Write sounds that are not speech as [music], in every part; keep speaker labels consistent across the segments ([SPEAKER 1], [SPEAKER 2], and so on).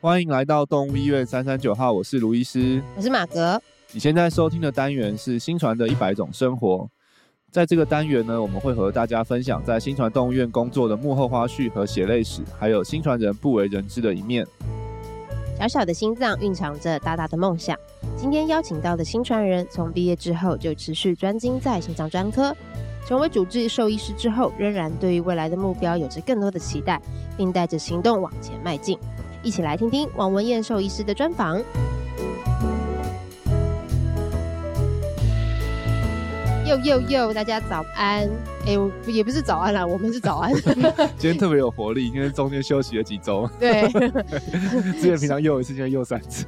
[SPEAKER 1] 欢迎来到动物医院三三九号，我是卢医师。
[SPEAKER 2] 我是马格，
[SPEAKER 1] 你现在收听的单元是新传的一百种生活。在这个单元呢，我们会和大家分享在新传动物院工作的幕后花絮和血泪史，还有新传人不为人知的一面。
[SPEAKER 2] 小小的心脏蕴藏着大大的梦想。今天邀请到的新传人，从毕业之后就持续专精在心脏专科，成为主治兽医师之后，仍然对于未来的目标有着更多的期待，并带着行动往前迈进。一起来听听王文燕兽医师的专访。又又又，大家早安！哎、我也不是早安啦，我们是早安。 [laughs]
[SPEAKER 1] 今天特别有活力，因为中间休息了几周，
[SPEAKER 2] 对，
[SPEAKER 1] 之前平常又一次，现在又三次，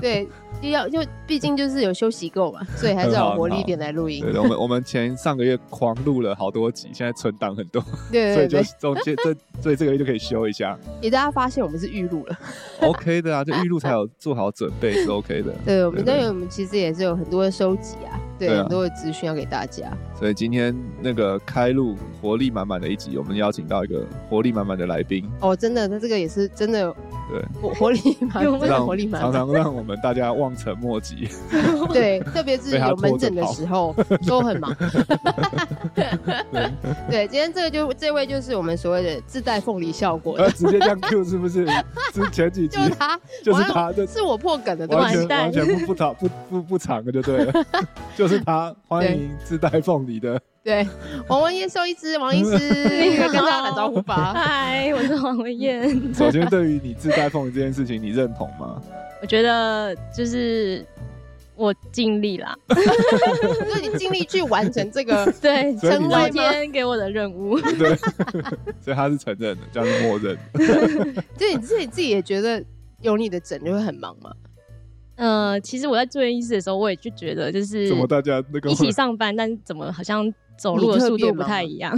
[SPEAKER 2] 对，就要就毕竟就是有休息够嘛，所以还是要有活力一点来录音
[SPEAKER 1] 对。我们我们前上个月狂录了好多集，现在存档很多，
[SPEAKER 2] 对
[SPEAKER 1] 所
[SPEAKER 2] 对
[SPEAKER 1] 以就
[SPEAKER 2] 对，
[SPEAKER 1] 中间这所以这个月就可以休一下
[SPEAKER 2] 也大家发现我们是预录了。
[SPEAKER 1] ，OK 的啊，就预录才有做好准备是 OK 的。
[SPEAKER 2] 对，我们
[SPEAKER 1] 对
[SPEAKER 2] 当
[SPEAKER 1] 对
[SPEAKER 2] 然我们其实也是有很多的收集啊，对，
[SPEAKER 1] 对啊
[SPEAKER 2] 很多的资讯要给大家。
[SPEAKER 1] 所以今天那个开路活力满满的一集，我们邀请到一个活力满满的来宾，
[SPEAKER 2] 哦，真的，那这个也是真的，
[SPEAKER 1] 对，
[SPEAKER 2] 活活力满满，真的活力满
[SPEAKER 1] 常
[SPEAKER 2] 满。
[SPEAKER 1] 常让我们大家望尘莫及。
[SPEAKER 2] 对，特
[SPEAKER 1] [laughs]
[SPEAKER 2] 别是
[SPEAKER 1] 被他
[SPEAKER 2] 有
[SPEAKER 1] 拖着
[SPEAKER 2] 门诊的
[SPEAKER 1] 跑
[SPEAKER 2] 时候都很
[SPEAKER 1] [laughs]
[SPEAKER 2] 忙。对，今天这个就这位就是我们所谓的自带凤梨效果
[SPEAKER 1] 呃，
[SPEAKER 2] 的，
[SPEAKER 1] 直接这样 Q 是不是？ [laughs] 是前几集
[SPEAKER 2] 就是他，
[SPEAKER 1] 就是他，这
[SPEAKER 2] 是我破梗的，对吧
[SPEAKER 1] 完？全
[SPEAKER 3] 完蛋
[SPEAKER 1] 完全不不长不不不长的就对了，就是他。欢迎自带凤梨的，
[SPEAKER 2] 对，王文燕兽医师，王医师， [laughs] 那个跟大家打招呼吧。
[SPEAKER 3] 嗨，我是王文燕。
[SPEAKER 1] 首先对于你自带凤梨这件事情，你认同吗？
[SPEAKER 3] [laughs] 我觉得就是我尽力啦，
[SPEAKER 2] [laughs] 就是你尽力去完成这个，
[SPEAKER 3] [laughs] 对，
[SPEAKER 1] 所以
[SPEAKER 2] 你
[SPEAKER 3] 成为
[SPEAKER 2] 是
[SPEAKER 3] 天给我的任务。
[SPEAKER 1] 对， [laughs] 所以他是承认的，这样是默认。
[SPEAKER 2] 就是你自己自己也觉得有你的诊就会很忙嘛。
[SPEAKER 3] [laughs] 呃，其实我在住院医师的时候，我也就觉得就是
[SPEAKER 1] 怎么大家那个
[SPEAKER 3] 一起上班，但怎么好像走路
[SPEAKER 2] 你
[SPEAKER 3] 的
[SPEAKER 2] 特
[SPEAKER 3] 速
[SPEAKER 2] 别
[SPEAKER 3] 度不
[SPEAKER 2] 忙
[SPEAKER 3] 太
[SPEAKER 2] 吗
[SPEAKER 3] 一样。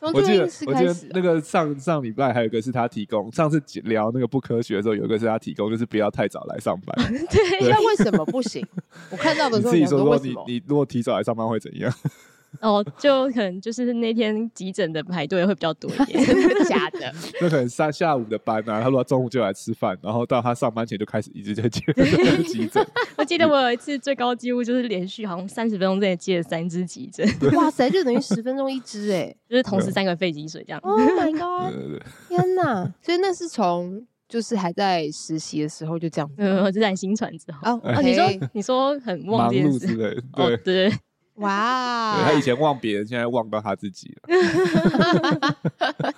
[SPEAKER 2] 从
[SPEAKER 1] 我
[SPEAKER 2] 住
[SPEAKER 1] 记得
[SPEAKER 2] 院室
[SPEAKER 1] 我
[SPEAKER 2] 开
[SPEAKER 1] 记得
[SPEAKER 2] 始啊，
[SPEAKER 1] 那个上上礼拜还有一个是他提供，上次聊那个不科学的时候，有一个是他提供，就是不要太早来上班。
[SPEAKER 2] [laughs]
[SPEAKER 1] 对
[SPEAKER 2] 哎那为什么不行？我看到的
[SPEAKER 1] 你
[SPEAKER 2] 时候
[SPEAKER 1] 自己
[SPEAKER 2] 想
[SPEAKER 1] 说
[SPEAKER 2] 为
[SPEAKER 1] 说
[SPEAKER 2] 什
[SPEAKER 1] 你
[SPEAKER 2] 么？
[SPEAKER 1] 你如果提早来上班会怎样？
[SPEAKER 3] [laughs]
[SPEAKER 1] [laughs]
[SPEAKER 3] 哦，就可能就是那天急诊的排队会比较多一
[SPEAKER 1] [laughs]
[SPEAKER 3] 点。
[SPEAKER 2] 真的假的？
[SPEAKER 1] 那可能上下午的班啊，他说他中午就来吃饭，然后到他上班前就开始一直在
[SPEAKER 2] [laughs]
[SPEAKER 1] 接在急诊。
[SPEAKER 3] [laughs] 我记得我有一次最高纪录就是连续好像三十分钟之内接了三支急诊， [laughs]
[SPEAKER 2] 哇塞，就等于十分钟一支 [laughs] 哎
[SPEAKER 3] 就是同时三个肺积水这样。
[SPEAKER 2] ！Oh my
[SPEAKER 1] 对
[SPEAKER 2] god！
[SPEAKER 1] 对
[SPEAKER 2] [laughs]
[SPEAKER 1] 对，
[SPEAKER 2] 天哪！所以那是从就是还在实习的时候就这样子
[SPEAKER 3] 嗯，我就在新传
[SPEAKER 1] [laughs]
[SPEAKER 3] 之后。
[SPEAKER 2] 哦
[SPEAKER 3] 哦，
[SPEAKER 2] OK
[SPEAKER 3] 你说你说很忘
[SPEAKER 1] 忙
[SPEAKER 3] 这件
[SPEAKER 1] 碌
[SPEAKER 3] 事
[SPEAKER 1] 之，类的。
[SPEAKER 3] 哦
[SPEAKER 1] 对，对
[SPEAKER 3] 对，
[SPEAKER 2] 哇哦
[SPEAKER 1] 他以，前忘别人，现在忘到他自己
[SPEAKER 2] [laughs]
[SPEAKER 1] 了。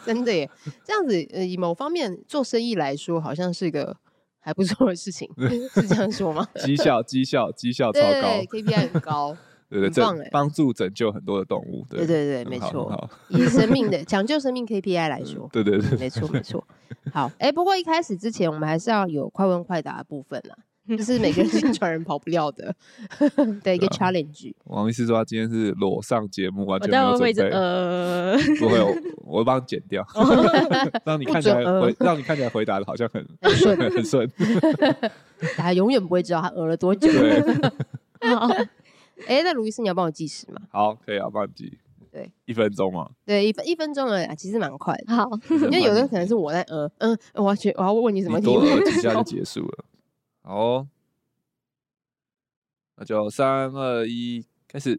[SPEAKER 2] 真的耶！这样子，呃，以某方面做生意来说，好像是一个还不错的事情，是这
[SPEAKER 1] [laughs]
[SPEAKER 2] 样说吗？
[SPEAKER 1] 绩效绩效绩效超
[SPEAKER 2] 对
[SPEAKER 1] 高，
[SPEAKER 2] 对对，KPI
[SPEAKER 1] [laughs]
[SPEAKER 2] 很高，
[SPEAKER 1] 对对
[SPEAKER 2] 很棒
[SPEAKER 1] 拯
[SPEAKER 2] 哎
[SPEAKER 1] 帮助拯救很多的动物。对
[SPEAKER 2] 对对对，没
[SPEAKER 1] 很好很
[SPEAKER 2] 错，
[SPEAKER 1] 好
[SPEAKER 2] 以生命的抢救生命 KPI 来说，嗯
[SPEAKER 1] 对对对，
[SPEAKER 2] 没错没错。好，哎，不过一开始之前，我们还是要有快问快答的部分啊，就是每
[SPEAKER 1] [laughs]
[SPEAKER 2] 个新传人跑不掉的 [laughs] 的一个
[SPEAKER 1] 啊
[SPEAKER 2] challenge。
[SPEAKER 1] 王医师说他今天是裸上节目，完
[SPEAKER 3] 我
[SPEAKER 1] 全没
[SPEAKER 3] 待
[SPEAKER 1] 有
[SPEAKER 3] 会
[SPEAKER 1] 准
[SPEAKER 3] 会
[SPEAKER 1] 备。
[SPEAKER 3] 呃，
[SPEAKER 1] 不会，我我会帮你剪掉， [laughs] 让你看起来
[SPEAKER 2] 哦不准呃
[SPEAKER 1] 回，让你看起来回答的好像很
[SPEAKER 2] 很顺
[SPEAKER 1] 很顺。
[SPEAKER 2] 大家永远不会知道他讹了多久。 [laughs]
[SPEAKER 1] 对，
[SPEAKER 3] 呃 [laughs]
[SPEAKER 2] 哎，那卢医师，你要帮我计时吗？
[SPEAKER 1] 好，可以啊，帮你记。
[SPEAKER 2] 对，
[SPEAKER 1] 一分钟嘛，
[SPEAKER 2] 对，一分一分钟而已啊，其实蛮快的。
[SPEAKER 3] 好，
[SPEAKER 1] 因
[SPEAKER 2] [laughs] 因为
[SPEAKER 1] [laughs]
[SPEAKER 2] 有的可能是我在呃嗯，我要去我要问你什么
[SPEAKER 1] 你
[SPEAKER 2] 题
[SPEAKER 1] 多
[SPEAKER 2] 目？
[SPEAKER 1] 讹
[SPEAKER 2] [laughs]
[SPEAKER 1] 几下就结束了。好哦，那就三二一，开始。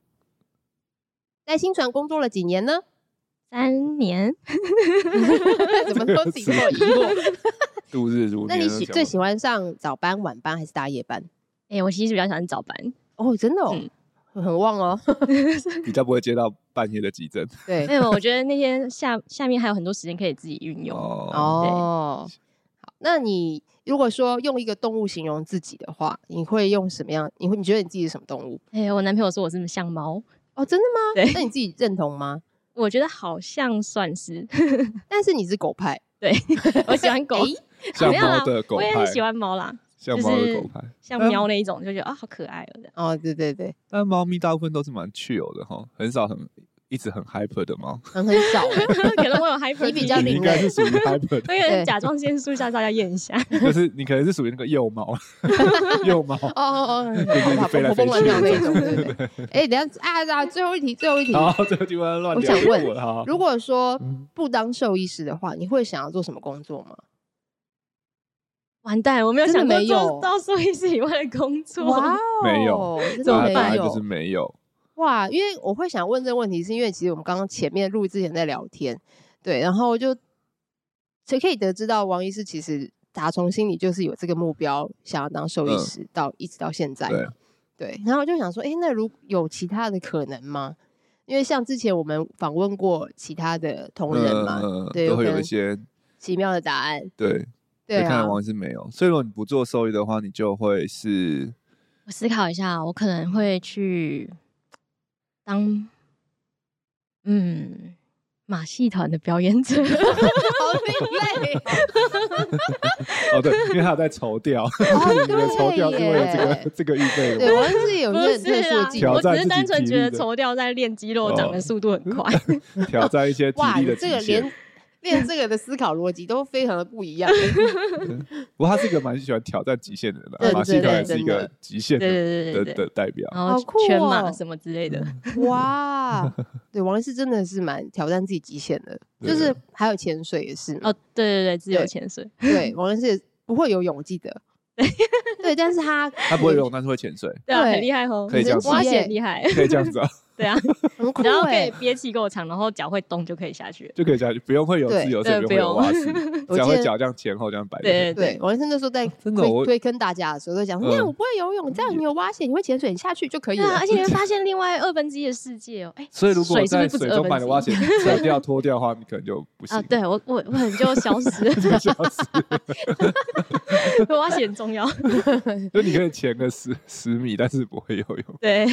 [SPEAKER 2] 在新传工作了几
[SPEAKER 1] [laughs]
[SPEAKER 2] 年呢？
[SPEAKER 3] 三年，
[SPEAKER 2] 怎么都自己都有疑惑。
[SPEAKER 1] 度日如年。
[SPEAKER 2] 那你喜最喜
[SPEAKER 1] 欢？
[SPEAKER 2] 欢上早班、晚班还是大夜班？
[SPEAKER 3] 哎，我其实比较喜欢早班，
[SPEAKER 2] 哦，真的哦，
[SPEAKER 3] 嗯
[SPEAKER 2] 很旺哦。
[SPEAKER 1] [laughs] 比较不会接到半夜的急诊。 [laughs]
[SPEAKER 2] 对
[SPEAKER 3] 没，有，我觉得那天下下面还有很多时间可以自己运用。
[SPEAKER 1] 哦，
[SPEAKER 2] 哦，好，那你如果说用一个动物形容自己的话，你会用什么样？你会你觉得你自己是什么动物？
[SPEAKER 3] 哎，我男朋友说我是像猫，
[SPEAKER 2] 哦，真的吗？
[SPEAKER 3] 对
[SPEAKER 2] 那你自己认
[SPEAKER 1] [laughs]
[SPEAKER 2] 同吗？
[SPEAKER 3] 我觉得好像算
[SPEAKER 2] [laughs]
[SPEAKER 3] 是，
[SPEAKER 2] 但是你是狗派，
[SPEAKER 3] 我喜欢狗，
[SPEAKER 1] 像
[SPEAKER 3] [laughs] 没
[SPEAKER 2] 啊
[SPEAKER 3] 有啦
[SPEAKER 1] 猫的狗
[SPEAKER 3] 我也
[SPEAKER 1] 派
[SPEAKER 3] 很，喜欢猫啦，
[SPEAKER 1] 像
[SPEAKER 3] 就
[SPEAKER 1] 猫的
[SPEAKER 3] 是
[SPEAKER 1] 狗派。
[SPEAKER 3] 像
[SPEAKER 1] 嗯
[SPEAKER 3] 喵那一种，就觉得啊好可爱哦这样。 [laughs]
[SPEAKER 2] 哦，对对对，
[SPEAKER 1] 但猫咪大部分都是蛮 chill 的哈，很少很一直很 hyper 的猫？
[SPEAKER 2] 很很少欸、
[SPEAKER 3] 可能我有 hyper，
[SPEAKER 2] 你比较
[SPEAKER 1] 你
[SPEAKER 2] 灵
[SPEAKER 1] 应该
[SPEAKER 2] 敏
[SPEAKER 1] 是属于 hyper 的，
[SPEAKER 3] 那
[SPEAKER 2] 对
[SPEAKER 3] 个人甲状腺素下大家验一下，
[SPEAKER 1] [laughs]
[SPEAKER 3] [laughs]
[SPEAKER 1] 就是你可能是属于那个幼
[SPEAKER 2] [laughs]
[SPEAKER 1] 猫，幼猫。
[SPEAKER 2] 哦哦哦，
[SPEAKER 1] 对对
[SPEAKER 2] 好吧
[SPEAKER 1] 飞来
[SPEAKER 2] 活蹦
[SPEAKER 1] 飞
[SPEAKER 2] 乱
[SPEAKER 1] 去
[SPEAKER 2] 跳
[SPEAKER 1] 的
[SPEAKER 2] 那种。对对对哎，等一下啊啊，最后一题，最后一题。
[SPEAKER 1] 好，这个地方乱
[SPEAKER 2] 我
[SPEAKER 1] 聊
[SPEAKER 2] 想问
[SPEAKER 1] 过了哈。
[SPEAKER 2] 如果说
[SPEAKER 1] 嗯
[SPEAKER 2] 不当兽医师的话，你会想要做什么工作吗？
[SPEAKER 3] 完蛋，我没有
[SPEAKER 2] 真的
[SPEAKER 3] 想过
[SPEAKER 2] 没有
[SPEAKER 3] 做到兽医师以外的工作。
[SPEAKER 2] 哇哦，
[SPEAKER 1] 没有
[SPEAKER 2] 有
[SPEAKER 1] 答
[SPEAKER 2] 真的
[SPEAKER 1] 答
[SPEAKER 2] 没
[SPEAKER 1] 案就是
[SPEAKER 2] 有
[SPEAKER 1] 没有。
[SPEAKER 2] 哇！因为我会想问这个问题，是因为其实我们刚刚前面录之前在聊天，对，然后就谁可以得知到王医师其实打从心里就是有这个目标，想要当兽医
[SPEAKER 1] 嗯
[SPEAKER 2] 师，到一直到现在
[SPEAKER 1] 对
[SPEAKER 2] 嘛，对，然后我就想说，哎，那如有其他的可能吗？因为像之前我们访问过其他的同仁嘛，
[SPEAKER 1] 嗯
[SPEAKER 2] 对
[SPEAKER 1] 都
[SPEAKER 2] 有
[SPEAKER 1] 会
[SPEAKER 2] 可
[SPEAKER 1] 有一
[SPEAKER 2] 能
[SPEAKER 1] 些
[SPEAKER 2] 奇妙的答案，
[SPEAKER 1] 对。
[SPEAKER 2] 对
[SPEAKER 1] 看来
[SPEAKER 2] 啊，
[SPEAKER 1] 王是没有，所以如果你不做兽医的话，你就会是
[SPEAKER 3] 我思考一下，我可能会去当嗯马戏团的表演者。 [laughs]
[SPEAKER 2] 好 [laughs]
[SPEAKER 1] [laughs]
[SPEAKER 2] 另类哦。
[SPEAKER 1] 哦，对，因为他有在筹调，
[SPEAKER 2] 哦
[SPEAKER 1] 你的筹调是会有这
[SPEAKER 2] 对
[SPEAKER 1] 个这个预备
[SPEAKER 2] 对，
[SPEAKER 1] 的吗。
[SPEAKER 2] 王是有
[SPEAKER 3] 不
[SPEAKER 2] 这很
[SPEAKER 3] 是
[SPEAKER 2] 特殊的
[SPEAKER 3] 啦
[SPEAKER 2] 技
[SPEAKER 1] 挑
[SPEAKER 2] 能
[SPEAKER 3] 我
[SPEAKER 1] 战自己
[SPEAKER 3] 只是单纯
[SPEAKER 1] 体
[SPEAKER 3] 觉
[SPEAKER 1] 力
[SPEAKER 3] 得
[SPEAKER 1] 的
[SPEAKER 3] 绸吊在练肌肉长
[SPEAKER 1] 哦
[SPEAKER 3] 的速度很
[SPEAKER 1] [laughs]
[SPEAKER 3] 快。
[SPEAKER 1] 挑战一些体
[SPEAKER 2] 哇，
[SPEAKER 1] 力的
[SPEAKER 2] 你
[SPEAKER 1] 极
[SPEAKER 2] 这个
[SPEAKER 1] 限。
[SPEAKER 2] 连练这个的思考逻辑都非常的不一样。
[SPEAKER 1] [laughs] 不过他是一个蛮喜欢挑战极限的人啊，
[SPEAKER 2] 对
[SPEAKER 1] 马戏
[SPEAKER 2] 对
[SPEAKER 1] 团也
[SPEAKER 2] 对
[SPEAKER 1] 是一
[SPEAKER 2] 真
[SPEAKER 1] 个
[SPEAKER 2] 的
[SPEAKER 1] 极限
[SPEAKER 3] 对
[SPEAKER 1] 的
[SPEAKER 3] 对
[SPEAKER 1] 的
[SPEAKER 3] 对对对
[SPEAKER 1] 的。代表。
[SPEAKER 3] 然
[SPEAKER 2] 好
[SPEAKER 3] 后
[SPEAKER 2] 酷
[SPEAKER 3] 全
[SPEAKER 2] 哦
[SPEAKER 3] 马什么之类的，
[SPEAKER 1] 嗯
[SPEAKER 2] 哇，对，王力是真的是蛮挑战自己极限的，就是还有潜水也是嘛。
[SPEAKER 3] 哦，对对对，自
[SPEAKER 2] 对
[SPEAKER 3] 由潜水，
[SPEAKER 2] 对，王力是不会游泳，我记得。对，但是他
[SPEAKER 1] 他不会游泳，但是会潜
[SPEAKER 2] [laughs]
[SPEAKER 1] 水，
[SPEAKER 3] 对啊，
[SPEAKER 2] 对
[SPEAKER 3] 很厉害哦，
[SPEAKER 1] 可以这样子
[SPEAKER 3] 蛙鞋很厉害，
[SPEAKER 1] 可以这样子啊，
[SPEAKER 3] 对
[SPEAKER 1] [laughs]
[SPEAKER 3] 啊， [laughs]
[SPEAKER 2] 很酷
[SPEAKER 3] 然后可
[SPEAKER 2] 哎
[SPEAKER 3] 以。憋气够长，然后脚会动就可以下去了。
[SPEAKER 1] 就可以这样，不用会游
[SPEAKER 2] 对
[SPEAKER 1] 自由水，
[SPEAKER 3] 对
[SPEAKER 1] 不用会游蛙式，
[SPEAKER 2] 我
[SPEAKER 3] [laughs]
[SPEAKER 1] 只要
[SPEAKER 2] 记
[SPEAKER 1] 会
[SPEAKER 2] 得
[SPEAKER 1] 脚这样前后这样摆就可以。
[SPEAKER 3] 对
[SPEAKER 2] 对，王力是那时候在
[SPEAKER 1] 哦真的我
[SPEAKER 2] 推推坑大家的时候，都讲
[SPEAKER 1] 嗯
[SPEAKER 2] 说：“你看我不会游泳，这样你有蛙鞋，你会潜水，你下去就可以
[SPEAKER 3] 对啊，
[SPEAKER 2] 了
[SPEAKER 3] 而。且你会发现另外二分之一的世界哦，哎，
[SPEAKER 1] 所以如果
[SPEAKER 3] 水是
[SPEAKER 1] 在
[SPEAKER 3] 不是不
[SPEAKER 1] 水
[SPEAKER 3] 止
[SPEAKER 1] 中把你的蛙
[SPEAKER 3] 二
[SPEAKER 1] 鞋
[SPEAKER 3] 分之一？
[SPEAKER 1] 甩掉、脱掉的话，你可能就不行
[SPEAKER 3] 啊，。对我我我很就消失了，
[SPEAKER 1] [laughs] 笑死！
[SPEAKER 3] 蛙鞋很重要，
[SPEAKER 1] 就你可以潜个十十米，但是不会游泳，
[SPEAKER 3] 对，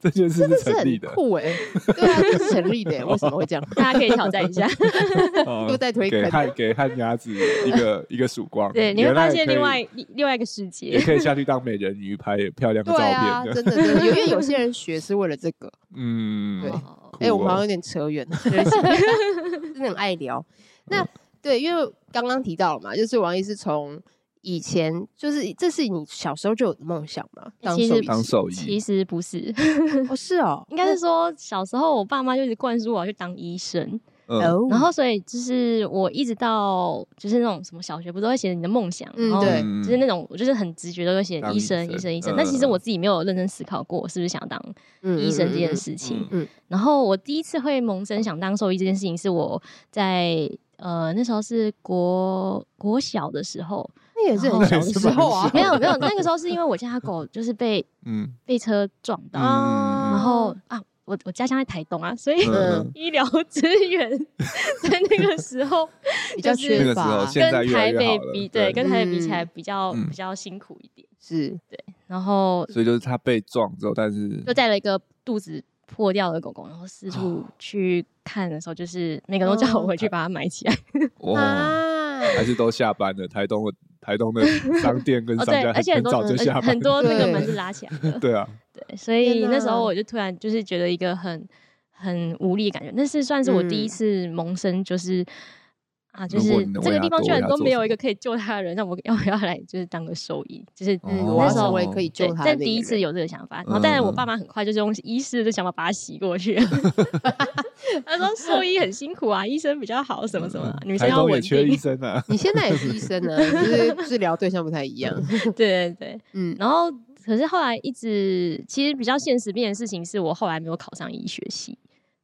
[SPEAKER 1] 这件事 [laughs] 是
[SPEAKER 2] 这是
[SPEAKER 1] 成立
[SPEAKER 2] 很
[SPEAKER 1] 的。
[SPEAKER 2] 酷哎， [laughs] 对啊，这是成立的欸，为什么会
[SPEAKER 1] [laughs]
[SPEAKER 2] 这样？
[SPEAKER 3] 大家可以挑战一下，
[SPEAKER 1] 哦
[SPEAKER 2] 都在推
[SPEAKER 1] 给
[SPEAKER 2] 坑
[SPEAKER 1] 旱给旱鸭子一个一个曙光。
[SPEAKER 3] [laughs] 对，你会
[SPEAKER 1] 原来
[SPEAKER 3] 发现
[SPEAKER 1] 可以
[SPEAKER 3] 另外一另外一个世
[SPEAKER 1] 也
[SPEAKER 3] 界，
[SPEAKER 1] 可以下去当美人鱼拍漂亮的
[SPEAKER 2] 对
[SPEAKER 1] 照 [laughs]
[SPEAKER 2] 啊，
[SPEAKER 1] 片。
[SPEAKER 2] 真的真的，因为有些人学是为了这个。
[SPEAKER 1] 嗯，
[SPEAKER 2] 对
[SPEAKER 3] 哦
[SPEAKER 2] 哎、我们好像有
[SPEAKER 1] 像
[SPEAKER 2] 点扯远
[SPEAKER 1] [laughs]
[SPEAKER 2] 了，对不起真的很爱聊。
[SPEAKER 1] 嗯
[SPEAKER 2] 那对，因为刚刚提到了嘛，就是王医师从以前就是这是你小时候就有的梦想嘛，当
[SPEAKER 3] 哎其
[SPEAKER 2] 兽
[SPEAKER 3] 实
[SPEAKER 2] 医
[SPEAKER 1] 当兽
[SPEAKER 3] 其
[SPEAKER 1] 医，
[SPEAKER 3] 实不是，
[SPEAKER 2] 哦，是哦，
[SPEAKER 3] 应该是说小时候我爸妈就一直灌输我要去当医生，
[SPEAKER 1] 嗯，
[SPEAKER 2] 哦，
[SPEAKER 3] 然后所以就是我一直到就是那种什么小学不都会写你的梦想，
[SPEAKER 2] 嗯
[SPEAKER 3] 然后
[SPEAKER 2] 对
[SPEAKER 3] 就是那种我就是很直觉都会写
[SPEAKER 1] 当
[SPEAKER 3] 医生
[SPEAKER 1] 医生
[SPEAKER 3] 医生医
[SPEAKER 1] 嗯
[SPEAKER 3] 生，但其实我自己没有认真思考过我是不是想当
[SPEAKER 2] 嗯
[SPEAKER 3] 医生这件，
[SPEAKER 2] 嗯
[SPEAKER 3] 事情。
[SPEAKER 2] 嗯嗯
[SPEAKER 3] 然后我第一次会萌生想当兽医这件事情是我在。呃，那时候是国国小的时候，
[SPEAKER 2] 嗯那也是很小的时候啊，
[SPEAKER 3] 没有
[SPEAKER 1] [laughs]
[SPEAKER 3] 没有，那个时候是因为我家狗就是被
[SPEAKER 1] 嗯
[SPEAKER 3] 被车撞到，
[SPEAKER 2] 啊
[SPEAKER 3] 然后啊，我我家乡在台东啊，
[SPEAKER 1] [laughs]
[SPEAKER 3] 所以
[SPEAKER 1] 嗯
[SPEAKER 3] [laughs]
[SPEAKER 1] 嗯，
[SPEAKER 3] 医疗资
[SPEAKER 1] [laughs]
[SPEAKER 3] 源在那个时候
[SPEAKER 2] 比较
[SPEAKER 3] 嗯
[SPEAKER 1] 那
[SPEAKER 2] 缺
[SPEAKER 1] 个时候
[SPEAKER 2] 乏，
[SPEAKER 1] [laughs] 现在
[SPEAKER 3] 跟
[SPEAKER 1] 越来
[SPEAKER 3] 台
[SPEAKER 1] 越好
[SPEAKER 3] 北
[SPEAKER 1] 了
[SPEAKER 3] 比，，对，跟台北比起来
[SPEAKER 2] 嗯
[SPEAKER 3] 比较
[SPEAKER 1] 嗯
[SPEAKER 3] 比较辛苦一点。
[SPEAKER 2] 是
[SPEAKER 3] 然后
[SPEAKER 1] 所以就是他被撞之后，但是
[SPEAKER 3] 就带了一个肚子破掉的狗狗，然后四
[SPEAKER 1] 哦
[SPEAKER 3] 处去看的时候，就是每个人都叫我回去把它埋起来。
[SPEAKER 1] 哦哇，
[SPEAKER 2] 啊，
[SPEAKER 1] 还是都下班了。台东的台东的商店跟
[SPEAKER 3] 哦，
[SPEAKER 1] 商
[SPEAKER 3] 对，
[SPEAKER 1] 家
[SPEAKER 3] 而且
[SPEAKER 1] 很
[SPEAKER 3] 很多
[SPEAKER 1] 早就下
[SPEAKER 3] 很
[SPEAKER 1] 班
[SPEAKER 3] 很，多那个
[SPEAKER 2] 对
[SPEAKER 3] 门是拉起来的，
[SPEAKER 1] 对啊，
[SPEAKER 3] 对，所以
[SPEAKER 2] 天
[SPEAKER 3] 那时
[SPEAKER 2] 哪
[SPEAKER 3] 候我就突然就是觉得一个很很无力的感觉，那是算是我第一
[SPEAKER 2] 嗯
[SPEAKER 3] 次萌生，就是。啊，就
[SPEAKER 1] 如果
[SPEAKER 3] 是
[SPEAKER 1] 你能
[SPEAKER 3] 这
[SPEAKER 1] 为
[SPEAKER 3] 个
[SPEAKER 1] 他
[SPEAKER 3] 地方
[SPEAKER 1] 做
[SPEAKER 3] 居
[SPEAKER 1] 为
[SPEAKER 3] 然
[SPEAKER 1] 他
[SPEAKER 3] 都
[SPEAKER 1] 做
[SPEAKER 3] 没
[SPEAKER 1] 什
[SPEAKER 3] 有
[SPEAKER 1] 么
[SPEAKER 3] 一个可以救他的人，那我要不要来就是当个兽医？就是
[SPEAKER 2] 嗯，
[SPEAKER 1] 哦嗯
[SPEAKER 2] 我要
[SPEAKER 3] 那时候
[SPEAKER 2] 成为可以
[SPEAKER 3] 对
[SPEAKER 2] 救，他
[SPEAKER 3] 但
[SPEAKER 2] 的那
[SPEAKER 3] 第一
[SPEAKER 2] 个
[SPEAKER 3] 次
[SPEAKER 2] 人
[SPEAKER 3] 有这个想法，然后但是我爸妈很快就是用医师的想法把它洗
[SPEAKER 1] [laughs]
[SPEAKER 3] 过去。他说兽医很辛苦啊，医生比较好，什么什么啊，女
[SPEAKER 1] 嗯
[SPEAKER 3] 生
[SPEAKER 1] 台
[SPEAKER 3] 要
[SPEAKER 1] 东
[SPEAKER 3] 稳
[SPEAKER 1] 也缺医
[SPEAKER 3] 定。
[SPEAKER 1] 生啊。
[SPEAKER 2] 你现在也是医生呢，只是治疗对象不太一样，
[SPEAKER 3] [laughs] 对对对，
[SPEAKER 2] 嗯，
[SPEAKER 3] 然后可是后来一直其实比较现实面的事情是我后来没有考上医学系。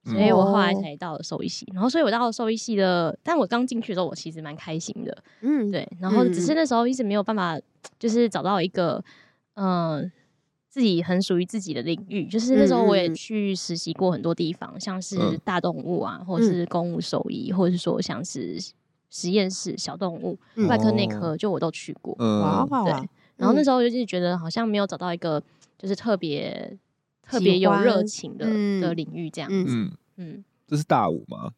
[SPEAKER 3] 所以我后来
[SPEAKER 2] 哦
[SPEAKER 3] 才到了兽医系，然后所以我到了兽医系的，但我刚进去的时候，我其实蛮开心的，
[SPEAKER 2] 嗯，
[SPEAKER 3] 对，然后只是
[SPEAKER 2] 嗯
[SPEAKER 3] 那时候一直没有办法，就是找到一个嗯、呃自己很属于自己的领域。就是那时候我也
[SPEAKER 2] 嗯嗯嗯
[SPEAKER 3] 去实习过很多地方，像是
[SPEAKER 1] 嗯
[SPEAKER 3] 大动物啊，或者是公务兽医，或者是说像是实验室小动物、
[SPEAKER 2] 嗯
[SPEAKER 3] 外科、内
[SPEAKER 1] 哦
[SPEAKER 3] 科，就我都去过。
[SPEAKER 2] 哇
[SPEAKER 1] 嗯，
[SPEAKER 2] 好
[SPEAKER 3] 对
[SPEAKER 2] 啊，
[SPEAKER 3] 然后那
[SPEAKER 2] 嗯
[SPEAKER 3] 时候就是觉得好像没有找到一个就是特别特
[SPEAKER 2] 喜
[SPEAKER 3] 别有热
[SPEAKER 2] 欢
[SPEAKER 3] 情的、
[SPEAKER 2] 嗯
[SPEAKER 3] 的领域这样。
[SPEAKER 2] 嗯
[SPEAKER 1] 嗯，
[SPEAKER 3] 嗯，
[SPEAKER 1] 这是大五吗？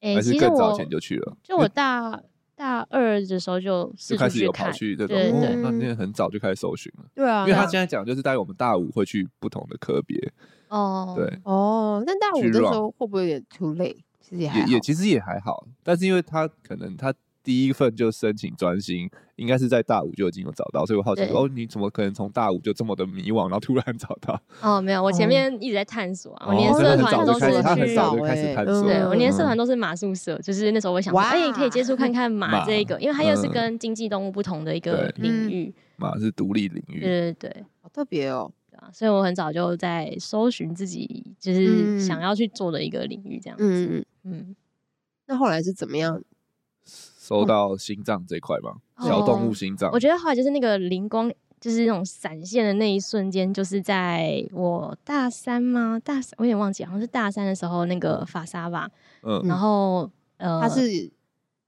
[SPEAKER 3] 哎、
[SPEAKER 1] 还是
[SPEAKER 3] 其实
[SPEAKER 1] 更早
[SPEAKER 3] 我
[SPEAKER 1] 前就去了？
[SPEAKER 3] 就我大大二的时候就
[SPEAKER 1] 就
[SPEAKER 3] 四
[SPEAKER 1] 开
[SPEAKER 3] 处
[SPEAKER 1] 始有跑
[SPEAKER 3] 看，
[SPEAKER 1] 去这种，
[SPEAKER 3] 对
[SPEAKER 1] 哦
[SPEAKER 2] 对
[SPEAKER 1] 那你也很早就开始搜寻了。
[SPEAKER 2] 对啊，
[SPEAKER 1] 因为他
[SPEAKER 2] 对啊
[SPEAKER 1] 现在讲就是，大概我们大五会去不同的科别，
[SPEAKER 3] 哦，
[SPEAKER 1] 对，
[SPEAKER 2] 哦，那大五
[SPEAKER 1] 巨
[SPEAKER 2] 的时
[SPEAKER 1] 软
[SPEAKER 2] 候会不会有点 too late？其实也还
[SPEAKER 1] 也
[SPEAKER 2] 好
[SPEAKER 1] 也其实也还好，但是因为他可能他第一份就申请专心，应该是在大五就已经有找到，所以我好奇
[SPEAKER 3] 对
[SPEAKER 1] 说，哦，你怎么可能从大五就这么的迷惘，然后突然找到？
[SPEAKER 3] 哦，没有，我前
[SPEAKER 2] 哦
[SPEAKER 3] 面一直在探索啊，
[SPEAKER 1] 哦
[SPEAKER 3] 我连
[SPEAKER 1] 真的
[SPEAKER 3] 社
[SPEAKER 1] 很早就
[SPEAKER 3] 团都
[SPEAKER 1] 开
[SPEAKER 3] 是
[SPEAKER 1] 始，他很
[SPEAKER 3] 去。
[SPEAKER 1] 早
[SPEAKER 2] 去
[SPEAKER 1] 就开始
[SPEAKER 2] 欸
[SPEAKER 1] 探索了，
[SPEAKER 3] 对我连社
[SPEAKER 1] 嗯
[SPEAKER 3] 团都是马术社，就是那时候我想说，
[SPEAKER 2] 哇
[SPEAKER 3] 哎、可以接触看看马
[SPEAKER 1] 马
[SPEAKER 3] 这一个，因为它又是
[SPEAKER 1] 嗯
[SPEAKER 3] 跟经济动物不同的一个
[SPEAKER 2] 嗯
[SPEAKER 1] 对
[SPEAKER 3] 领域，
[SPEAKER 1] 嘛是独立领域，
[SPEAKER 3] 对对对对
[SPEAKER 2] 好特别哦。
[SPEAKER 3] 啊，所以我很早就在搜寻自己就
[SPEAKER 2] 嗯
[SPEAKER 3] 是想要去做的一个领域，这样子，
[SPEAKER 2] 嗯嗯嗯，
[SPEAKER 3] 嗯，
[SPEAKER 2] 那后来是怎么样？
[SPEAKER 1] 收到心脏这块嘛，
[SPEAKER 3] 哦
[SPEAKER 1] 小动物心脏
[SPEAKER 3] 我，觉得后来就是那个灵光，就是那种闪现的那一瞬间，就是在我大三吗？大三我有点忘记，好像是大三的时候，那个法沙吧，
[SPEAKER 1] 嗯，
[SPEAKER 3] 然后呃，
[SPEAKER 2] 他是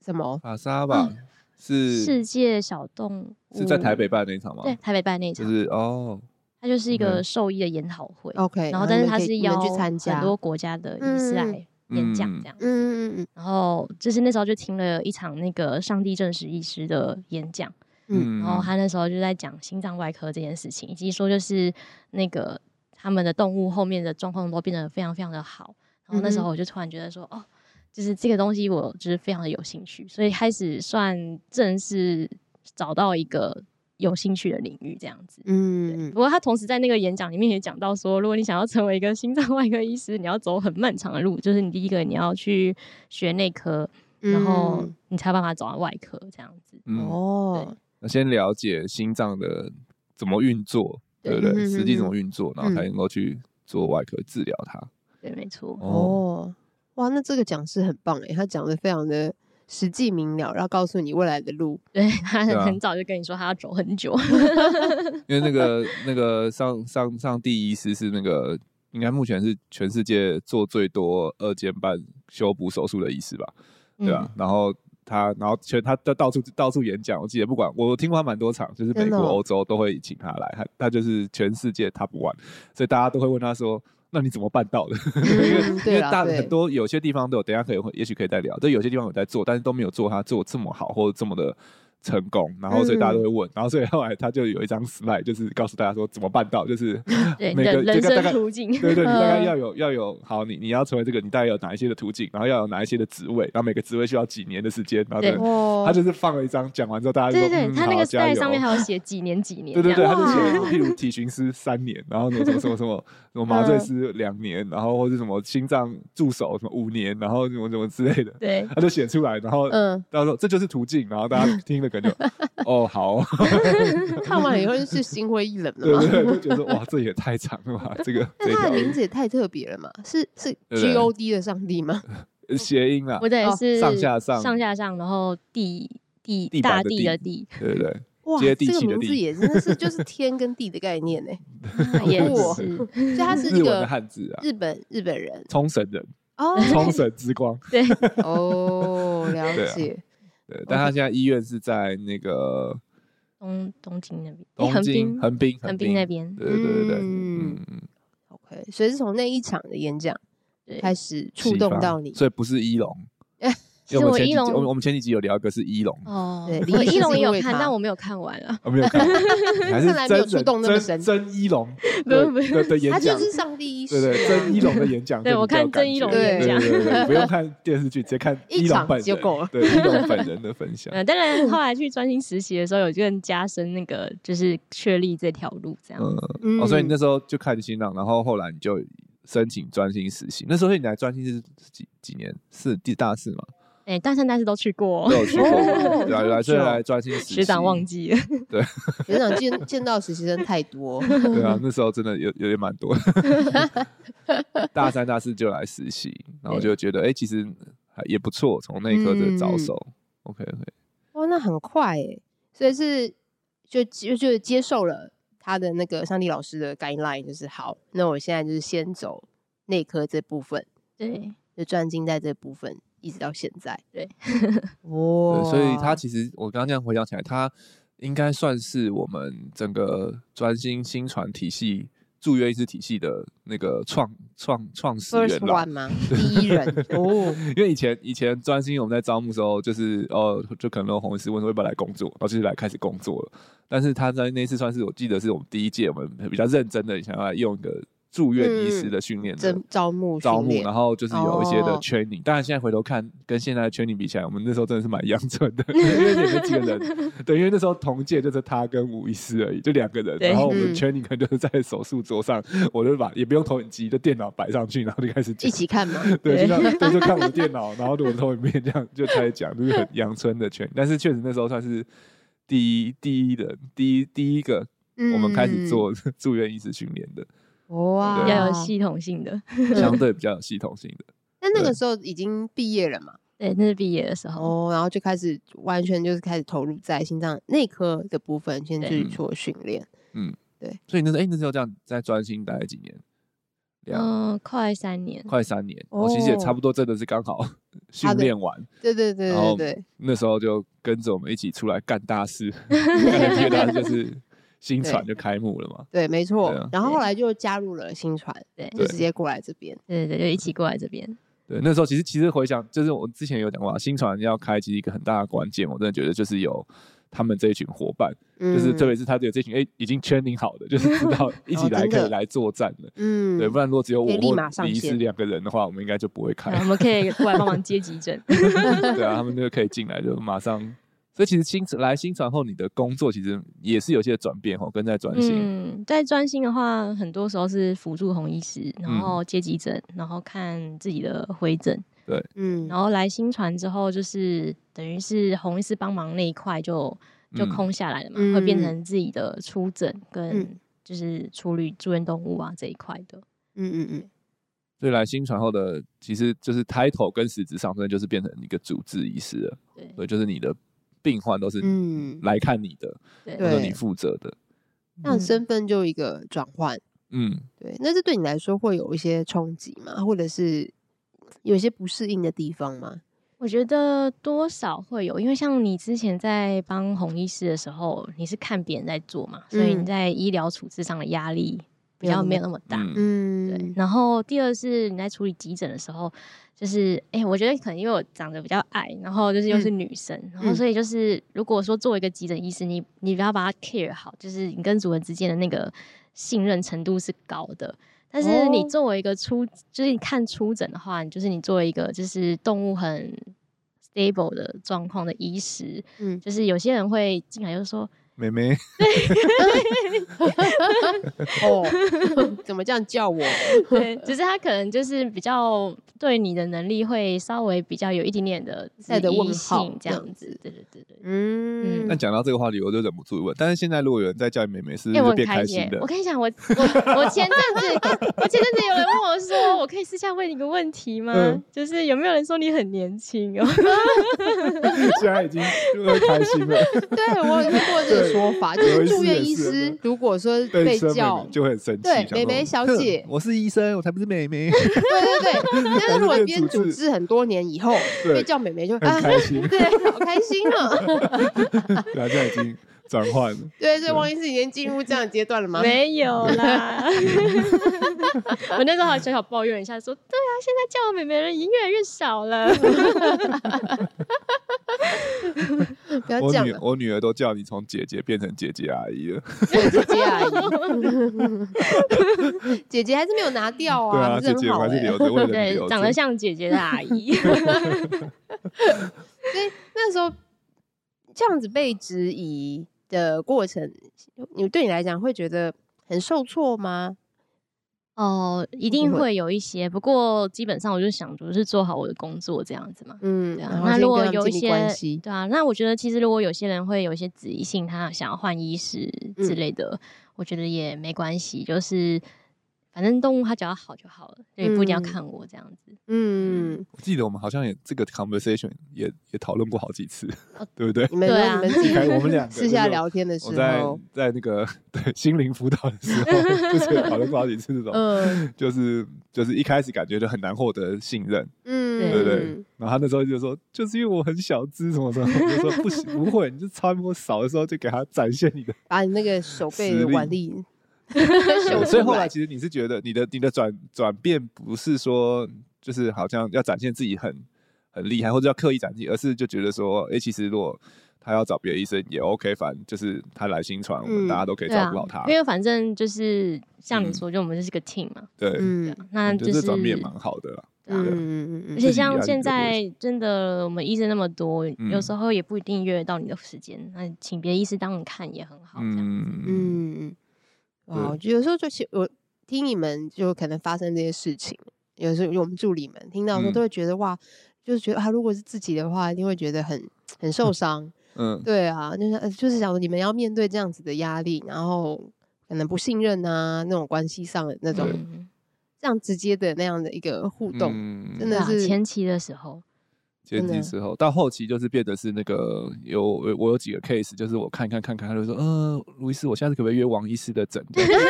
[SPEAKER 2] 什么？
[SPEAKER 1] 法
[SPEAKER 3] 嗯
[SPEAKER 1] 沙吧
[SPEAKER 3] 世
[SPEAKER 1] 是
[SPEAKER 3] 界小动物
[SPEAKER 1] 是在台北办那一场吗？
[SPEAKER 3] 嗯对，台北办那一
[SPEAKER 1] 就
[SPEAKER 3] 场，
[SPEAKER 1] 是哦，
[SPEAKER 3] 它就是一个
[SPEAKER 1] 嗯哦
[SPEAKER 3] 兽医的研讨会
[SPEAKER 2] OK，
[SPEAKER 3] 然
[SPEAKER 2] 然
[SPEAKER 3] 后
[SPEAKER 2] 后
[SPEAKER 3] 但
[SPEAKER 2] 你
[SPEAKER 3] 是
[SPEAKER 2] 们
[SPEAKER 3] 它
[SPEAKER 2] 可以
[SPEAKER 3] 是
[SPEAKER 2] 你们
[SPEAKER 3] 邀
[SPEAKER 2] 去参加
[SPEAKER 3] 很多国家的医师
[SPEAKER 2] 嗯
[SPEAKER 3] 来演讲
[SPEAKER 1] 嗯
[SPEAKER 3] 这样，
[SPEAKER 2] 嗯嗯
[SPEAKER 3] 然后就是那时候就听了一场那个上帝证实医师的演讲，
[SPEAKER 2] 嗯
[SPEAKER 1] 嗯，
[SPEAKER 3] 然后他那时候就在讲心脏外科这件事情，以及说就是那个他们的动物后面的状况都变得非常非常的好。然后那时
[SPEAKER 2] 嗯
[SPEAKER 3] 候我就突然觉得说，哦，就是这个东西我就是非常的有兴趣，所以开始算正式找到一个有兴趣的领域这样子。
[SPEAKER 2] 嗯嗯
[SPEAKER 3] 不过他同时在那个演讲里面也讲到说，如果你想要成为一个心脏外科医师，你要走很漫长的路，就是你第一个你要去学内科，
[SPEAKER 2] 嗯，
[SPEAKER 3] 然后你才有办法走到外科这样子。
[SPEAKER 1] 嗯，
[SPEAKER 2] 哦，
[SPEAKER 1] 那先了解心脏的怎么运作，
[SPEAKER 3] 对
[SPEAKER 1] 对不对？
[SPEAKER 2] 嗯
[SPEAKER 1] 实际怎么运作，然后才
[SPEAKER 2] 嗯
[SPEAKER 1] 能够去做外科治疗它。
[SPEAKER 3] 对，没错。
[SPEAKER 2] 哦，哇，那这个讲师很棒哎，他讲的非常的实际明了，然后告诉你未来的路。
[SPEAKER 3] 对他
[SPEAKER 1] 对啊
[SPEAKER 3] 很早就跟你说他要走很久，
[SPEAKER 1] 因为那个那个上上上帝医师是那个应该目前是全世界做最多二尖瓣修补手术的医师吧， [laughs] 对
[SPEAKER 2] 嗯
[SPEAKER 1] 啊
[SPEAKER 3] 嗯
[SPEAKER 1] 吧、然后他然后全他他到处到处演讲，我记得不管我听过他蛮多场，就是美
[SPEAKER 2] 真的
[SPEAKER 1] 国、
[SPEAKER 2] 哦
[SPEAKER 1] 欧洲都会请他来，他他就是全世界 top one，所以大家都会问他说。那你怎么办到的？ [laughs] 因为
[SPEAKER 2] 嗯
[SPEAKER 1] 因
[SPEAKER 2] 对
[SPEAKER 1] 为
[SPEAKER 2] 啦
[SPEAKER 1] 大
[SPEAKER 2] 对
[SPEAKER 1] 很多有些地方都有，等一下可以会也许可以再聊。这有些地方有在做，但是都没有做他做这么好或者这么的成功，然后所以大家
[SPEAKER 2] 嗯
[SPEAKER 1] 都会问，然后所以后来他就有一张 slide，就是告诉大家说怎么办到，就是
[SPEAKER 3] 对你
[SPEAKER 1] 每
[SPEAKER 3] 的
[SPEAKER 1] 个
[SPEAKER 3] 人
[SPEAKER 1] 这个大
[SPEAKER 3] 生
[SPEAKER 1] 概。
[SPEAKER 3] 途径。
[SPEAKER 1] 对对，你大概
[SPEAKER 2] 嗯
[SPEAKER 1] 要有要有好，你你要成为这个，你大概有哪一些的途径，然后要有哪一些的职位，然后每个职位需要几年的时间，然后
[SPEAKER 3] 对
[SPEAKER 1] 等
[SPEAKER 2] 哦，
[SPEAKER 1] 他就是放了一张，讲完之后大家就说，
[SPEAKER 3] 对对，
[SPEAKER 1] 嗯
[SPEAKER 3] 他那
[SPEAKER 1] 好
[SPEAKER 3] 个
[SPEAKER 1] 加
[SPEAKER 3] slide
[SPEAKER 1] 油
[SPEAKER 3] 上面还有写几
[SPEAKER 1] [laughs]
[SPEAKER 3] 年几年，
[SPEAKER 1] 对对
[SPEAKER 3] 这
[SPEAKER 1] 对，
[SPEAKER 3] 样
[SPEAKER 1] 他就写
[SPEAKER 3] [laughs]
[SPEAKER 2] 哇
[SPEAKER 1] 譬如体巡师三年，然后什么什么什么什么什么麻醉师两年，然后或是什么心脏助手什么五年，然后什么什么之类的，
[SPEAKER 3] 对呃
[SPEAKER 1] 他就写出来，然后
[SPEAKER 2] 嗯，
[SPEAKER 1] 他说这就是途径，然后大家听了感觉
[SPEAKER 3] [laughs]
[SPEAKER 1] 哦好， [laughs]
[SPEAKER 2] 看完以后就是心灰意冷了
[SPEAKER 1] 对
[SPEAKER 2] 嘛。
[SPEAKER 1] 对对，就觉得说哇这也太长了吧，
[SPEAKER 3] [laughs]
[SPEAKER 1] 这个这
[SPEAKER 2] 那他
[SPEAKER 1] 条
[SPEAKER 2] 的名
[SPEAKER 1] 路
[SPEAKER 2] 字也太特别了嘛？是是
[SPEAKER 1] 对对
[SPEAKER 2] G O D 的上帝吗？
[SPEAKER 1] 谐音啊
[SPEAKER 3] 不，对
[SPEAKER 2] 哦
[SPEAKER 3] 是
[SPEAKER 1] 上下上
[SPEAKER 3] 上下上，然后地地
[SPEAKER 1] 地板
[SPEAKER 3] 大
[SPEAKER 1] 的
[SPEAKER 3] 地
[SPEAKER 1] 地 [laughs]
[SPEAKER 3] 的地，
[SPEAKER 1] 对对对，
[SPEAKER 2] 哇，
[SPEAKER 1] 接
[SPEAKER 2] 这
[SPEAKER 1] 地
[SPEAKER 2] 个
[SPEAKER 1] 气的
[SPEAKER 2] 名字
[SPEAKER 1] 地
[SPEAKER 2] 也真的是就是天跟地的概念 [laughs] 呢。
[SPEAKER 3] 也
[SPEAKER 2] 酷哦
[SPEAKER 3] 是
[SPEAKER 2] 所以他是
[SPEAKER 1] 日
[SPEAKER 2] 一
[SPEAKER 1] 文的
[SPEAKER 2] 个
[SPEAKER 1] 汉字啊，
[SPEAKER 2] 日本日本人
[SPEAKER 1] 冲绳人， [laughs]
[SPEAKER 2] 哦
[SPEAKER 1] 冲绳之光，
[SPEAKER 3] 对
[SPEAKER 2] [laughs] 哦，了
[SPEAKER 1] 对啊
[SPEAKER 2] 解。 [laughs]
[SPEAKER 1] 对，但他现在医院是在那个
[SPEAKER 3] 东东京那边，诶
[SPEAKER 1] 东
[SPEAKER 3] 横
[SPEAKER 1] 京
[SPEAKER 3] 滨
[SPEAKER 1] 横滨
[SPEAKER 3] 横滨那，边，
[SPEAKER 1] 对对对对，
[SPEAKER 2] 嗯
[SPEAKER 1] 嗯嗯。
[SPEAKER 2] OK，所以是从那一场的演讲
[SPEAKER 3] 对，
[SPEAKER 2] 开始触
[SPEAKER 1] 启
[SPEAKER 2] 动
[SPEAKER 1] 发
[SPEAKER 2] 到你，
[SPEAKER 1] 所以不是一龙。
[SPEAKER 2] [laughs]
[SPEAKER 3] 其
[SPEAKER 1] 因
[SPEAKER 3] 实
[SPEAKER 1] 为我
[SPEAKER 3] 我
[SPEAKER 1] 们前
[SPEAKER 3] 一
[SPEAKER 1] 几集我们
[SPEAKER 3] 龙
[SPEAKER 1] 我们前几集有聊一个是一龙，
[SPEAKER 3] 哦
[SPEAKER 2] 对，
[SPEAKER 3] 我
[SPEAKER 2] 李
[SPEAKER 3] 一
[SPEAKER 2] 是
[SPEAKER 3] 龙也
[SPEAKER 2] 因
[SPEAKER 3] 有
[SPEAKER 2] 为
[SPEAKER 3] 看，
[SPEAKER 2] 他
[SPEAKER 3] 但我没有看完啊，
[SPEAKER 1] 哦我没有看，
[SPEAKER 2] [laughs]
[SPEAKER 1] 你还是
[SPEAKER 2] 看来没有
[SPEAKER 1] 真
[SPEAKER 2] 触
[SPEAKER 1] 人
[SPEAKER 2] 动那么
[SPEAKER 1] 真
[SPEAKER 2] 深
[SPEAKER 1] 真一
[SPEAKER 2] [laughs]
[SPEAKER 1] 龙
[SPEAKER 3] 没有
[SPEAKER 1] 的
[SPEAKER 3] 没有
[SPEAKER 1] 的的演
[SPEAKER 2] 他
[SPEAKER 1] 讲
[SPEAKER 2] 就，是上帝医
[SPEAKER 1] 对
[SPEAKER 2] 师 [laughs]
[SPEAKER 1] 对，
[SPEAKER 2] 啊，
[SPEAKER 1] 真一龙的演讲
[SPEAKER 3] 对
[SPEAKER 1] 就比较有感觉，
[SPEAKER 3] 我看真一龙
[SPEAKER 2] 的演讲
[SPEAKER 1] 对对对对不用看电视剧，直接看
[SPEAKER 2] [laughs] 一
[SPEAKER 1] 一龙
[SPEAKER 2] 场
[SPEAKER 1] 本
[SPEAKER 2] 就
[SPEAKER 1] 人
[SPEAKER 2] 够了
[SPEAKER 1] 对一龙本人的分
[SPEAKER 2] [laughs]
[SPEAKER 1] 享，
[SPEAKER 3] 嗯，当然后来去专心实习的时候，有更加深那个就是确立这条路这样
[SPEAKER 1] 嗯
[SPEAKER 3] 子，，
[SPEAKER 2] [laughs] 嗯
[SPEAKER 1] 哦，所以你那时候就看新浪，然后后来你就申请专心实习，那时候你来专心是几几年？是第大四嘛？
[SPEAKER 3] 哎，大三大四都去过哦
[SPEAKER 1] 都，有去过，
[SPEAKER 2] 哦
[SPEAKER 1] 对啊，来所以来专心实习，
[SPEAKER 3] 学长忘记了，
[SPEAKER 2] 学长见见到实习生太 [laughs] 多，
[SPEAKER 1] 对啊，那时候真的有有点蛮多的，大三、大四就来实习，然后就觉得哎、诶其实还也不错，从那一刻就
[SPEAKER 3] 嗯
[SPEAKER 1] 着手。OK OK，
[SPEAKER 2] 哇，那很快哎，所以是就就就接受了他的那个上帝老师的 guideline，就是好，那我现在就是先走内科这部分，
[SPEAKER 3] 对。
[SPEAKER 2] 就专精在这部分，一直到现在。 [laughs]
[SPEAKER 3] 对，
[SPEAKER 2] 哇，
[SPEAKER 1] 对，所以他其实我刚刚这样回想起来，他应该算是我们整个专心新传体系住院医师体系的那个创创创始
[SPEAKER 2] first
[SPEAKER 1] 人啦
[SPEAKER 2] one。吗？
[SPEAKER 1] [laughs]
[SPEAKER 2] 第一人哦，
[SPEAKER 1] 因为以前以前专心我们在招募的时候，就是哦，就可能有红医师问说要不要来工作，然后就是来开始工作了。但是他在那次算是我记得是我们第一届，我们比较认真的想要来用一个住院医师的训练的
[SPEAKER 2] 真招募
[SPEAKER 1] 嗯招
[SPEAKER 2] 训
[SPEAKER 1] 募，
[SPEAKER 2] 练
[SPEAKER 1] 然后就是有一些的
[SPEAKER 2] 哦
[SPEAKER 1] training。当然，现在回头看跟现在的 training 比起来，我们那时候真的是蛮阳春 [laughs] 的，因为也没几个人。对，因为那时候同届就是他跟吴医师而已，就两个人。
[SPEAKER 3] 对
[SPEAKER 1] 然后我们
[SPEAKER 2] 嗯
[SPEAKER 1] training 可能就是在手术桌上，我就把也不用投影机，就电脑摆上去，然后就开始讲
[SPEAKER 2] 一。起看嘛。
[SPEAKER 1] [laughs] 对，啊就
[SPEAKER 3] 对
[SPEAKER 1] 像对，就看我的电脑，然后我的投影片这样就开始讲，就是很阳春的 training。但是确实那时候算是第一第一人，第一第一个我们开始做 [laughs] 住院医师训练的，
[SPEAKER 2] 嗯哇，
[SPEAKER 1] 对
[SPEAKER 3] 要有系统性的。
[SPEAKER 1] 相对比较有系统性的。
[SPEAKER 2] 但那个
[SPEAKER 1] 对
[SPEAKER 2] 时候已经毕业了嘛，
[SPEAKER 3] [laughs] 对，那是毕业的时候。
[SPEAKER 2] 哦，然后就开始完全就是开始投入在心脏内科的部分，先
[SPEAKER 3] 对
[SPEAKER 2] 去
[SPEAKER 1] 嗯
[SPEAKER 2] 做训练。
[SPEAKER 1] 所以那时候，哎、那时候这样在专心待了几年，两、
[SPEAKER 3] 嗯，快三年。
[SPEAKER 1] 快三年，我、其实也差不多，真的是刚好训
[SPEAKER 2] 哦他的
[SPEAKER 1] 练完，
[SPEAKER 2] 对对对
[SPEAKER 1] 然后
[SPEAKER 2] 对对，
[SPEAKER 1] 那时候就跟着我们一起出来干大
[SPEAKER 2] [laughs]
[SPEAKER 1] 事，干的第一个大事就是新船就开幕了嘛。
[SPEAKER 2] 对，没错
[SPEAKER 1] 对啊。
[SPEAKER 2] 然后后来就加入了新传，
[SPEAKER 3] 对
[SPEAKER 2] 就直接过来这边。
[SPEAKER 3] 对对对，就一起过来这边。
[SPEAKER 1] 对，那时候其实其实回想，就是我之前有讲过啊，新船要开，其实一个很大的关键，我真的觉得就是有。他们这一群伙伴，
[SPEAKER 2] 嗯
[SPEAKER 1] 就是特别是他有这群哎、已经圈定好的，就是知
[SPEAKER 2] [laughs]
[SPEAKER 1] 道一起
[SPEAKER 2] 哦
[SPEAKER 1] 来
[SPEAKER 2] 真
[SPEAKER 1] 可以
[SPEAKER 2] 的
[SPEAKER 1] 来作战的，
[SPEAKER 2] 嗯，
[SPEAKER 1] 对，不然如果只有我
[SPEAKER 2] 可以立马
[SPEAKER 1] 或
[SPEAKER 2] 上
[SPEAKER 1] 李医师
[SPEAKER 2] 线
[SPEAKER 1] 两个人的话，我们应该就不会开
[SPEAKER 3] 然。后我们可以过来帮忙接急 [laughs] 诊。
[SPEAKER 1] 对啊，他们就可以进来，就马上。所以其实新来新传后，你的工作其实也是有些转变哦，跟在转型。
[SPEAKER 3] 嗯，在专心的话，很多时候是辅助红医师，然后接急诊，然后看自己的回诊，
[SPEAKER 2] 嗯，
[SPEAKER 3] 然后来新传之后，就是等于是红医师帮忙那一块就就
[SPEAKER 1] 嗯
[SPEAKER 3] 空下来了嘛，
[SPEAKER 2] 嗯
[SPEAKER 3] 会变成自己的出诊
[SPEAKER 2] 嗯
[SPEAKER 3] 跟就是处理住院动物啊这一块的。
[SPEAKER 2] 嗯嗯嗯，
[SPEAKER 1] 所以来新传后的，其实就是 title 跟实质上，真的就是变成一个主治医师了。
[SPEAKER 3] 对
[SPEAKER 1] 对，就是你的病患都是
[SPEAKER 2] 嗯
[SPEAKER 1] 来看你的，
[SPEAKER 3] 对
[SPEAKER 1] 或者你
[SPEAKER 2] 对
[SPEAKER 1] 负责的。
[SPEAKER 2] 那
[SPEAKER 3] 嗯
[SPEAKER 2] 身份就一个转换。
[SPEAKER 1] 嗯，
[SPEAKER 2] 对，那这对你来说会有一些冲击吗？或者是有一些不适应的地方吗？
[SPEAKER 3] 我觉得多少会有，因为像你之前在帮红医师的时候，你是看别人在做嘛，所以
[SPEAKER 2] 嗯
[SPEAKER 3] 你在医疗处置上的压力比
[SPEAKER 2] 没有
[SPEAKER 3] 较
[SPEAKER 2] 那
[SPEAKER 3] 没有
[SPEAKER 2] 么
[SPEAKER 3] 那么大。
[SPEAKER 1] 嗯
[SPEAKER 2] 嗯
[SPEAKER 3] 对，，啊然后第二是你在处理急诊的时候，就是哎、诶我觉得可能因为我长得比较矮，然后就是又是女生，然后
[SPEAKER 2] 嗯
[SPEAKER 3] 所以就是如果说作为一个急诊医师，你你不要把它 care 好，就是你跟主人之间的那个信任程度是高的。但是你
[SPEAKER 2] 哦
[SPEAKER 3] 作为一个出，就是你看出诊的话，你就是你作为一个就是动物很 stable 的状况的医师，
[SPEAKER 2] 嗯，
[SPEAKER 3] 就是有些人会进来就说，
[SPEAKER 1] 妹妹，
[SPEAKER 2] 哦， [laughs] 怎么这样叫我？ [laughs]
[SPEAKER 3] 对，就是他可能就是比较对你的能力会稍微比较有一点点的
[SPEAKER 2] 带着
[SPEAKER 3] 质疑
[SPEAKER 2] 问号
[SPEAKER 3] 性
[SPEAKER 2] 这
[SPEAKER 3] 这
[SPEAKER 2] 样
[SPEAKER 3] 样
[SPEAKER 2] 子
[SPEAKER 3] 子，对对对对。
[SPEAKER 2] 嗯，
[SPEAKER 3] 嗯
[SPEAKER 1] 那讲到这个话题，我就忍不住问。但是现在如果有人在叫你妹妹，是不
[SPEAKER 3] 欸
[SPEAKER 1] 是嗯就
[SPEAKER 3] 我很
[SPEAKER 1] 变
[SPEAKER 3] 开
[SPEAKER 1] 开
[SPEAKER 3] 心
[SPEAKER 1] 心
[SPEAKER 3] 欸、
[SPEAKER 1] 的 [laughs]
[SPEAKER 3] 我？跟你讲，我我我前阵子， [laughs] 我前阵子有人问我说，我可以私下问你个问题吗？
[SPEAKER 1] 嗯
[SPEAKER 3] 就是有没有人说你很年轻哦？
[SPEAKER 1] 现在已经就会开心了，
[SPEAKER 2] 对我有听过这个说法，就
[SPEAKER 1] 有
[SPEAKER 2] 是
[SPEAKER 1] 一
[SPEAKER 2] 住
[SPEAKER 1] 次
[SPEAKER 2] 院
[SPEAKER 1] 也
[SPEAKER 2] 医
[SPEAKER 1] 是
[SPEAKER 2] 师如果说被
[SPEAKER 1] 被称妹
[SPEAKER 2] 叫
[SPEAKER 1] 妹，就会很生气。
[SPEAKER 2] 对
[SPEAKER 1] 想说
[SPEAKER 2] 妹妹小
[SPEAKER 1] 哼
[SPEAKER 2] 姐
[SPEAKER 1] 我是医生，我才不是妹妹，
[SPEAKER 2] 对
[SPEAKER 1] [laughs]
[SPEAKER 2] 对对，但是如果
[SPEAKER 1] 还是
[SPEAKER 2] 编
[SPEAKER 1] 变主
[SPEAKER 2] 组
[SPEAKER 1] 治
[SPEAKER 2] 织很多年以后
[SPEAKER 1] [laughs] 对
[SPEAKER 2] 被叫美眉，就啊
[SPEAKER 1] 很，开心。
[SPEAKER 2] [laughs] 对，好开心啊！
[SPEAKER 1] 对啊，现在已经转换了。
[SPEAKER 2] [laughs] 对对，王医师已经进入这样的阶段了吗？
[SPEAKER 3] 没有啦。我那时候还小小抱怨一下，说：“对啊，现在叫我妹妹的人已经越来越少
[SPEAKER 1] [laughs]
[SPEAKER 3] 了。
[SPEAKER 2] [laughs] 不要
[SPEAKER 1] 我
[SPEAKER 2] 这样
[SPEAKER 1] 女
[SPEAKER 2] 了，
[SPEAKER 1] 我女儿都叫你从姐姐变成姐姐阿姨了，
[SPEAKER 2] 姐姐阿姨， [laughs] 姐姐还是没有拿掉
[SPEAKER 1] 对
[SPEAKER 2] 啊，
[SPEAKER 1] 啊，
[SPEAKER 2] 不
[SPEAKER 1] 姐
[SPEAKER 2] 是很
[SPEAKER 1] 姐我
[SPEAKER 2] 好
[SPEAKER 1] 还是
[SPEAKER 2] 哎。
[SPEAKER 1] 留着，为
[SPEAKER 3] [laughs]
[SPEAKER 1] 了你
[SPEAKER 3] 对
[SPEAKER 1] 留，
[SPEAKER 3] 长得
[SPEAKER 1] 着。
[SPEAKER 3] 像姐姐的阿姨。
[SPEAKER 2] 所以那时候这样子被质疑的过程，你对你来讲会觉得很受挫吗？
[SPEAKER 3] 哦，一
[SPEAKER 2] 会
[SPEAKER 3] 定
[SPEAKER 2] 不会
[SPEAKER 3] 会有一些，不过基本上我就想，就是做好我的工作这样子嘛。
[SPEAKER 2] 嗯，
[SPEAKER 3] 对
[SPEAKER 2] 然
[SPEAKER 3] 啊，
[SPEAKER 2] 后
[SPEAKER 3] 那
[SPEAKER 2] 先
[SPEAKER 3] 如
[SPEAKER 2] 跟
[SPEAKER 3] 果
[SPEAKER 2] 他们
[SPEAKER 3] 有一
[SPEAKER 2] 建立
[SPEAKER 3] 些
[SPEAKER 2] 关系，
[SPEAKER 3] 对啊，那我觉得其实如果有些人会有一些质疑性，他想要换医师之
[SPEAKER 2] 嗯
[SPEAKER 3] 类的，我觉得也没关系，就是反正动物它只要好就好了，就也不一定要
[SPEAKER 2] 嗯
[SPEAKER 3] 看我这样子。
[SPEAKER 2] 嗯，
[SPEAKER 1] 我记得我们好像也这个 conversation 也也讨论过好几次，对不对？
[SPEAKER 2] 你们说
[SPEAKER 3] 对啊
[SPEAKER 2] 你们
[SPEAKER 3] [laughs]
[SPEAKER 2] 自己
[SPEAKER 1] 开我们
[SPEAKER 2] [laughs]
[SPEAKER 1] 两个
[SPEAKER 2] 私下
[SPEAKER 1] 就是
[SPEAKER 2] 聊天的时
[SPEAKER 1] 我在
[SPEAKER 2] 候，
[SPEAKER 1] 在那个 [laughs] 对心灵辅导的时候，就是有讨论过好几次这种，
[SPEAKER 2] 嗯
[SPEAKER 1] 就是就是一开始感觉就很难获得信任，
[SPEAKER 2] 嗯，
[SPEAKER 1] 对不对？然后他那时候就说，就是因为我很小只什么什么，我就说不行，不会，你就超音波扫的时候就给他展现
[SPEAKER 2] [laughs]
[SPEAKER 1] 你的
[SPEAKER 2] 把你那个手背
[SPEAKER 1] 实
[SPEAKER 2] 的
[SPEAKER 1] 力
[SPEAKER 2] 腕
[SPEAKER 3] [laughs]
[SPEAKER 2] 力秀
[SPEAKER 1] 对所以
[SPEAKER 2] 出
[SPEAKER 1] 后
[SPEAKER 2] 来
[SPEAKER 1] 来，其实你是觉得你的你的转转变不是说就是好像要展现自己很很厉害，或者要刻意斩钉，而是就觉得说，哎、其实如果他要找别的医生也 OK，反正就是他来新传，我们
[SPEAKER 2] 嗯
[SPEAKER 1] 大家都 [laughs] 可以
[SPEAKER 3] 对
[SPEAKER 1] 照
[SPEAKER 3] 啊
[SPEAKER 1] 顾好他。，
[SPEAKER 3] 因为反正就是像你
[SPEAKER 1] 嗯
[SPEAKER 3] 说，就我们就是个 team 嘛，
[SPEAKER 1] 对，
[SPEAKER 3] 对
[SPEAKER 2] 嗯
[SPEAKER 3] 啊，那
[SPEAKER 1] 我觉得
[SPEAKER 3] 就
[SPEAKER 1] 这
[SPEAKER 3] 是
[SPEAKER 1] 转变蛮好的啦。
[SPEAKER 3] 对啊
[SPEAKER 2] 嗯嗯嗯嗯，
[SPEAKER 3] 而且
[SPEAKER 1] 自己压
[SPEAKER 3] 像
[SPEAKER 1] 力
[SPEAKER 3] 现
[SPEAKER 1] 就不会
[SPEAKER 3] 在真的，我们医生那么多，有时
[SPEAKER 1] 嗯
[SPEAKER 3] 候也不一定约得到你的时间，那请别的医师当你看也很好。这样，
[SPEAKER 1] 嗯，
[SPEAKER 2] 嗯，哇，
[SPEAKER 1] 对
[SPEAKER 2] 我觉得有时候就是我听你们就可能发生这些事情，有时候我们助理们听到的时
[SPEAKER 1] 嗯
[SPEAKER 2] 候都会觉得、哇，就是觉得啊，如果是自己的话，一定会觉得很很受伤。
[SPEAKER 1] 嗯，
[SPEAKER 2] 对啊，就是呃就是想说你们要面对这样子的压力，然后可能不信任啊，那种关系上的那种
[SPEAKER 1] 对
[SPEAKER 3] 嗯
[SPEAKER 2] 这样直接的那样的一个互动，
[SPEAKER 1] 嗯
[SPEAKER 2] 真
[SPEAKER 3] 对
[SPEAKER 2] 的
[SPEAKER 3] 啊，
[SPEAKER 2] 是
[SPEAKER 3] 前期的时候， [laughs]
[SPEAKER 1] 前
[SPEAKER 2] 真
[SPEAKER 1] 期
[SPEAKER 2] 的
[SPEAKER 1] 之后，到后期就是变得是那个有我我有几个 case，就是我看看看看，他就说，嗯、卢医师，我下次可不可以约王医师的
[SPEAKER 2] [laughs]
[SPEAKER 1] 诊？这样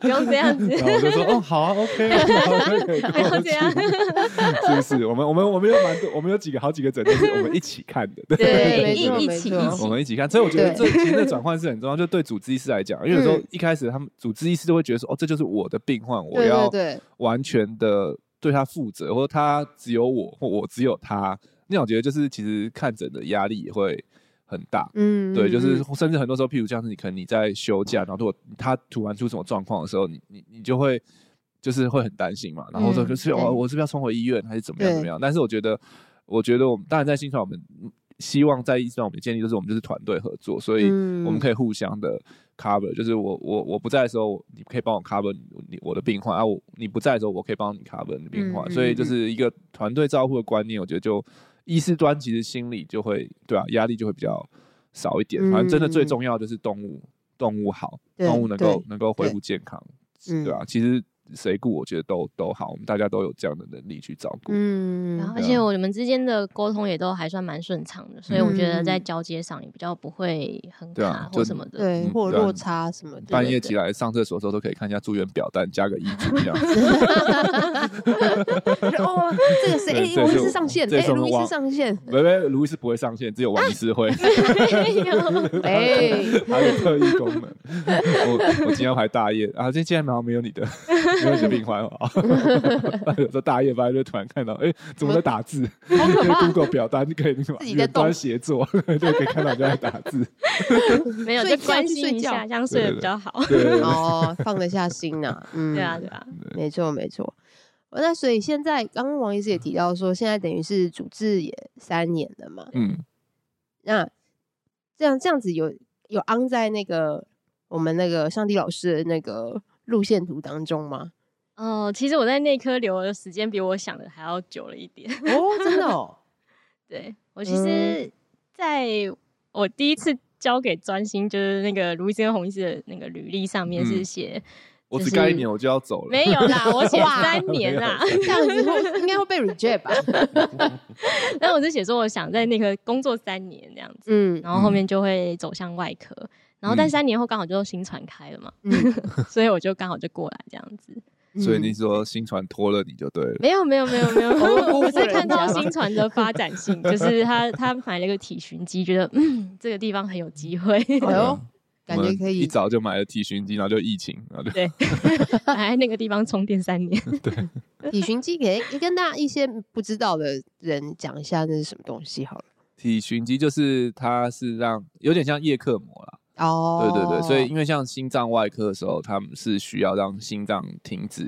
[SPEAKER 3] 不用这样子，
[SPEAKER 1] 然后我就说，哦，好啊，OK
[SPEAKER 2] [laughs]
[SPEAKER 1] 啊，好可以可以
[SPEAKER 3] 不要这样，
[SPEAKER 1] 是不是？我们我们我们有蛮多，我们有几个好几个诊都是我们一起看的， [laughs] 对。
[SPEAKER 2] 没
[SPEAKER 3] 对，一
[SPEAKER 2] 错
[SPEAKER 3] 一
[SPEAKER 2] 没
[SPEAKER 3] 起
[SPEAKER 2] 错
[SPEAKER 3] 一
[SPEAKER 1] 我
[SPEAKER 3] 起，
[SPEAKER 1] 们一起看，所以我觉得这
[SPEAKER 2] 对
[SPEAKER 1] 其实这转换是很重要。就对主治医师来讲，因为有时候
[SPEAKER 2] 嗯
[SPEAKER 1] 一开始他们主治医师都会觉得说，哦，这就是我的病患，我
[SPEAKER 2] 对对
[SPEAKER 1] 要
[SPEAKER 2] 对，
[SPEAKER 1] 完全的对他负责，或者他只有我，或我只有他，那种觉得就是其实看诊的压力也会很大。
[SPEAKER 2] 嗯，
[SPEAKER 1] 对，就
[SPEAKER 2] 嗯
[SPEAKER 1] 是
[SPEAKER 2] 嗯
[SPEAKER 1] 甚至很多时候，譬如像是你可能你在休假，然后如果他突然出什么状况的时候，你你你就会就是会很担心嘛，然后说
[SPEAKER 3] 嗯
[SPEAKER 1] 就是我、
[SPEAKER 3] 对
[SPEAKER 1] 我是不是要送回医院还是怎么样
[SPEAKER 2] 对
[SPEAKER 1] 怎么样？但是我觉得，我觉得我们当然在新传我们嗯希望在医上我们建立就是我们就是团队合作，所以我们
[SPEAKER 2] 嗯
[SPEAKER 1] 可以互相的 cover，就是我我我不在的时候，你可以帮我 cover 你你我的病患啊，我你不在的时候，我可以帮你 cover 你的病患，
[SPEAKER 2] 嗯嗯
[SPEAKER 1] 所以就
[SPEAKER 2] 嗯
[SPEAKER 1] 是一个团队照顾的观念，我觉得就医师端其实心里就会对啊，压力就会比较少一点。反正真的最
[SPEAKER 2] 嗯
[SPEAKER 1] 重要就是动物动物好，
[SPEAKER 2] 对
[SPEAKER 1] 动物能够
[SPEAKER 2] 对
[SPEAKER 1] 能够恢
[SPEAKER 2] 对
[SPEAKER 1] 复健康，
[SPEAKER 2] 嗯
[SPEAKER 1] 对啊，其实谁顾我觉得都都好，我们大家都有这样的能力去照顾。
[SPEAKER 2] 嗯，
[SPEAKER 3] 然后
[SPEAKER 1] 对
[SPEAKER 3] 而
[SPEAKER 1] 啊
[SPEAKER 3] 且我们之间的沟通也都还算蛮顺畅的，所以我觉得在
[SPEAKER 2] 嗯
[SPEAKER 3] 交接上也比较不会很
[SPEAKER 1] 对啊
[SPEAKER 3] 卡
[SPEAKER 1] 就
[SPEAKER 3] 或什么的。
[SPEAKER 2] 对，
[SPEAKER 1] 嗯
[SPEAKER 2] 或
[SPEAKER 1] 对啊
[SPEAKER 2] 落差什么的，
[SPEAKER 1] 半夜
[SPEAKER 3] 对
[SPEAKER 1] 起来上厕所的时候，都可以看一下住院表单，加个遗嘱
[SPEAKER 2] [laughs]
[SPEAKER 1] 这样。
[SPEAKER 2] 哦，这个谁？
[SPEAKER 1] 对
[SPEAKER 2] 哎、
[SPEAKER 1] 这
[SPEAKER 2] 王医
[SPEAKER 1] 是
[SPEAKER 2] 师
[SPEAKER 1] 我
[SPEAKER 2] 上线，
[SPEAKER 1] 这
[SPEAKER 2] 哎、
[SPEAKER 1] 是我们
[SPEAKER 2] 卢医
[SPEAKER 1] 王
[SPEAKER 2] 师
[SPEAKER 1] [laughs]
[SPEAKER 2] 上线，
[SPEAKER 1] 喂喂，卢医师不会上线，只有王医师
[SPEAKER 2] [laughs]
[SPEAKER 1] 会。
[SPEAKER 3] 没有，
[SPEAKER 1] [laughs]
[SPEAKER 2] 哎、
[SPEAKER 1] 还有特异功能。我我今天要排大夜啊，今天还好没有你的，没有你的病患
[SPEAKER 2] [laughs]
[SPEAKER 1] 啊。有时候大夜班就突然看到，哎、怎么在打字？
[SPEAKER 2] 好可
[SPEAKER 1] 因为
[SPEAKER 2] 怕
[SPEAKER 1] Google 表单就可以那个
[SPEAKER 2] 自己在
[SPEAKER 1] 远端
[SPEAKER 2] 动
[SPEAKER 1] 协作， [laughs] 就可以看到人家在打字。
[SPEAKER 3] 没有，
[SPEAKER 2] 睡
[SPEAKER 3] 就
[SPEAKER 2] 觉
[SPEAKER 3] 关
[SPEAKER 2] 去
[SPEAKER 3] 心
[SPEAKER 2] 睡
[SPEAKER 3] 一
[SPEAKER 2] 觉
[SPEAKER 3] 下，这样睡
[SPEAKER 1] 对
[SPEAKER 3] 得
[SPEAKER 1] 对
[SPEAKER 3] 比较好。
[SPEAKER 1] [laughs] 对对对
[SPEAKER 2] 哦，放得下心呐、嗯，
[SPEAKER 3] [laughs] 对啊，对啊，
[SPEAKER 2] 没错没错。哦那所以现在，刚刚王医师也提到说，现在等于是主治也三年了嘛，
[SPEAKER 1] 嗯，
[SPEAKER 2] 那这样这样子有有安在那个我们那个上帝老师的那个路线图当中吗？
[SPEAKER 3] 哦，其实我在内科留的时间比我想的还要久了一点。
[SPEAKER 2] 哦，真的哦，
[SPEAKER 3] 对我其实，在我第一次交给专心，就是那个卢医师跟洪医师的那个履历上面是
[SPEAKER 1] 嗯
[SPEAKER 3] 写、
[SPEAKER 1] 我
[SPEAKER 3] 就
[SPEAKER 1] 只干一
[SPEAKER 3] 是
[SPEAKER 1] 年我就要走了。
[SPEAKER 3] 没有啦，我写
[SPEAKER 2] 哇
[SPEAKER 3] 三年啦。
[SPEAKER 2] 这样子会应该会被 reject 吧？ [laughs]
[SPEAKER 3] 但我是写说我想在那个工作三年这样子，
[SPEAKER 2] 嗯
[SPEAKER 3] 然后后面就会走向外科，然后但三年后刚好就新传开了嘛，
[SPEAKER 2] 嗯，
[SPEAKER 3] 所以我就刚好就过来这样子。
[SPEAKER 1] [laughs] 所以你说新传拖了你就对了。
[SPEAKER 3] 没有没有没有没有，
[SPEAKER 2] 我
[SPEAKER 3] 我
[SPEAKER 2] 辜负
[SPEAKER 3] 我是
[SPEAKER 2] 人
[SPEAKER 3] 看
[SPEAKER 2] 家
[SPEAKER 3] 到
[SPEAKER 2] 吗
[SPEAKER 3] 新传的发展性，就是他他买了一个体循机，觉得嗯这个地方很有机会， [laughs]
[SPEAKER 2] 哎
[SPEAKER 1] 对啊
[SPEAKER 2] 呦，感
[SPEAKER 1] 我
[SPEAKER 2] 觉
[SPEAKER 1] 们
[SPEAKER 2] 可以
[SPEAKER 1] 一早就买了体循机，然后就疫情，然后
[SPEAKER 2] [laughs]
[SPEAKER 1] 就
[SPEAKER 3] 对， [laughs] 来那个地方充电三年。
[SPEAKER 2] [laughs] 体循机给跟大家一些嗯不知道的人讲一下那是什么东西好了。
[SPEAKER 1] 体循机就是它是让有点像叶克膜啦，
[SPEAKER 2] 哦
[SPEAKER 1] 对对对，所以因为像心脏外科的时候，他们是需要让心脏停止，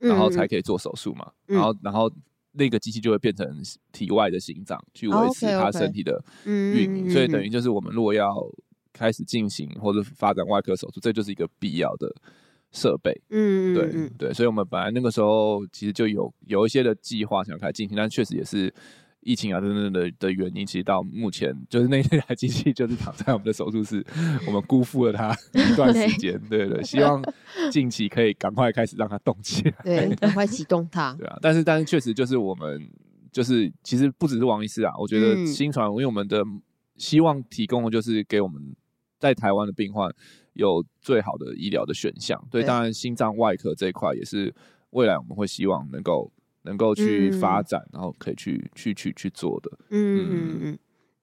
[SPEAKER 2] 哦
[SPEAKER 1] 然后才可以做手术嘛。
[SPEAKER 2] 嗯
[SPEAKER 1] 然后然后那个机器就会变成体外的心脏，去
[SPEAKER 2] 哦
[SPEAKER 1] 维持他
[SPEAKER 2] OK，OK
[SPEAKER 1] 身体的运
[SPEAKER 2] 嗯
[SPEAKER 1] 营。所以等于就是我们如果要开始进行或者发展外科手术，这就是一个必要的设备。
[SPEAKER 2] 嗯
[SPEAKER 1] 对、对，所以我们本来那个时候其实就有有一些的计划想开始进行，但确实也是疫情啊等等的的原因，其实到目前就是那那台机器就是躺在我们的手术室，我们辜负了它一段时间。对对，希望近期可以赶快开始让它动起来。
[SPEAKER 2] 嗯对，赶快启动它。
[SPEAKER 1] [laughs] 对啊，但是但是确实就是我们就是其实不只是王医师啊，我觉得
[SPEAKER 2] 嗯
[SPEAKER 1] 新传，因为我们的希望提供的就是给我们在台湾的病患有最好的医疗的选项。对，
[SPEAKER 2] 对
[SPEAKER 1] 当然心脏外科这一块也是未来我们会希望能够能够去
[SPEAKER 2] 嗯
[SPEAKER 1] 发展，然后可以去去去去做的。
[SPEAKER 2] 嗯嗯嗯，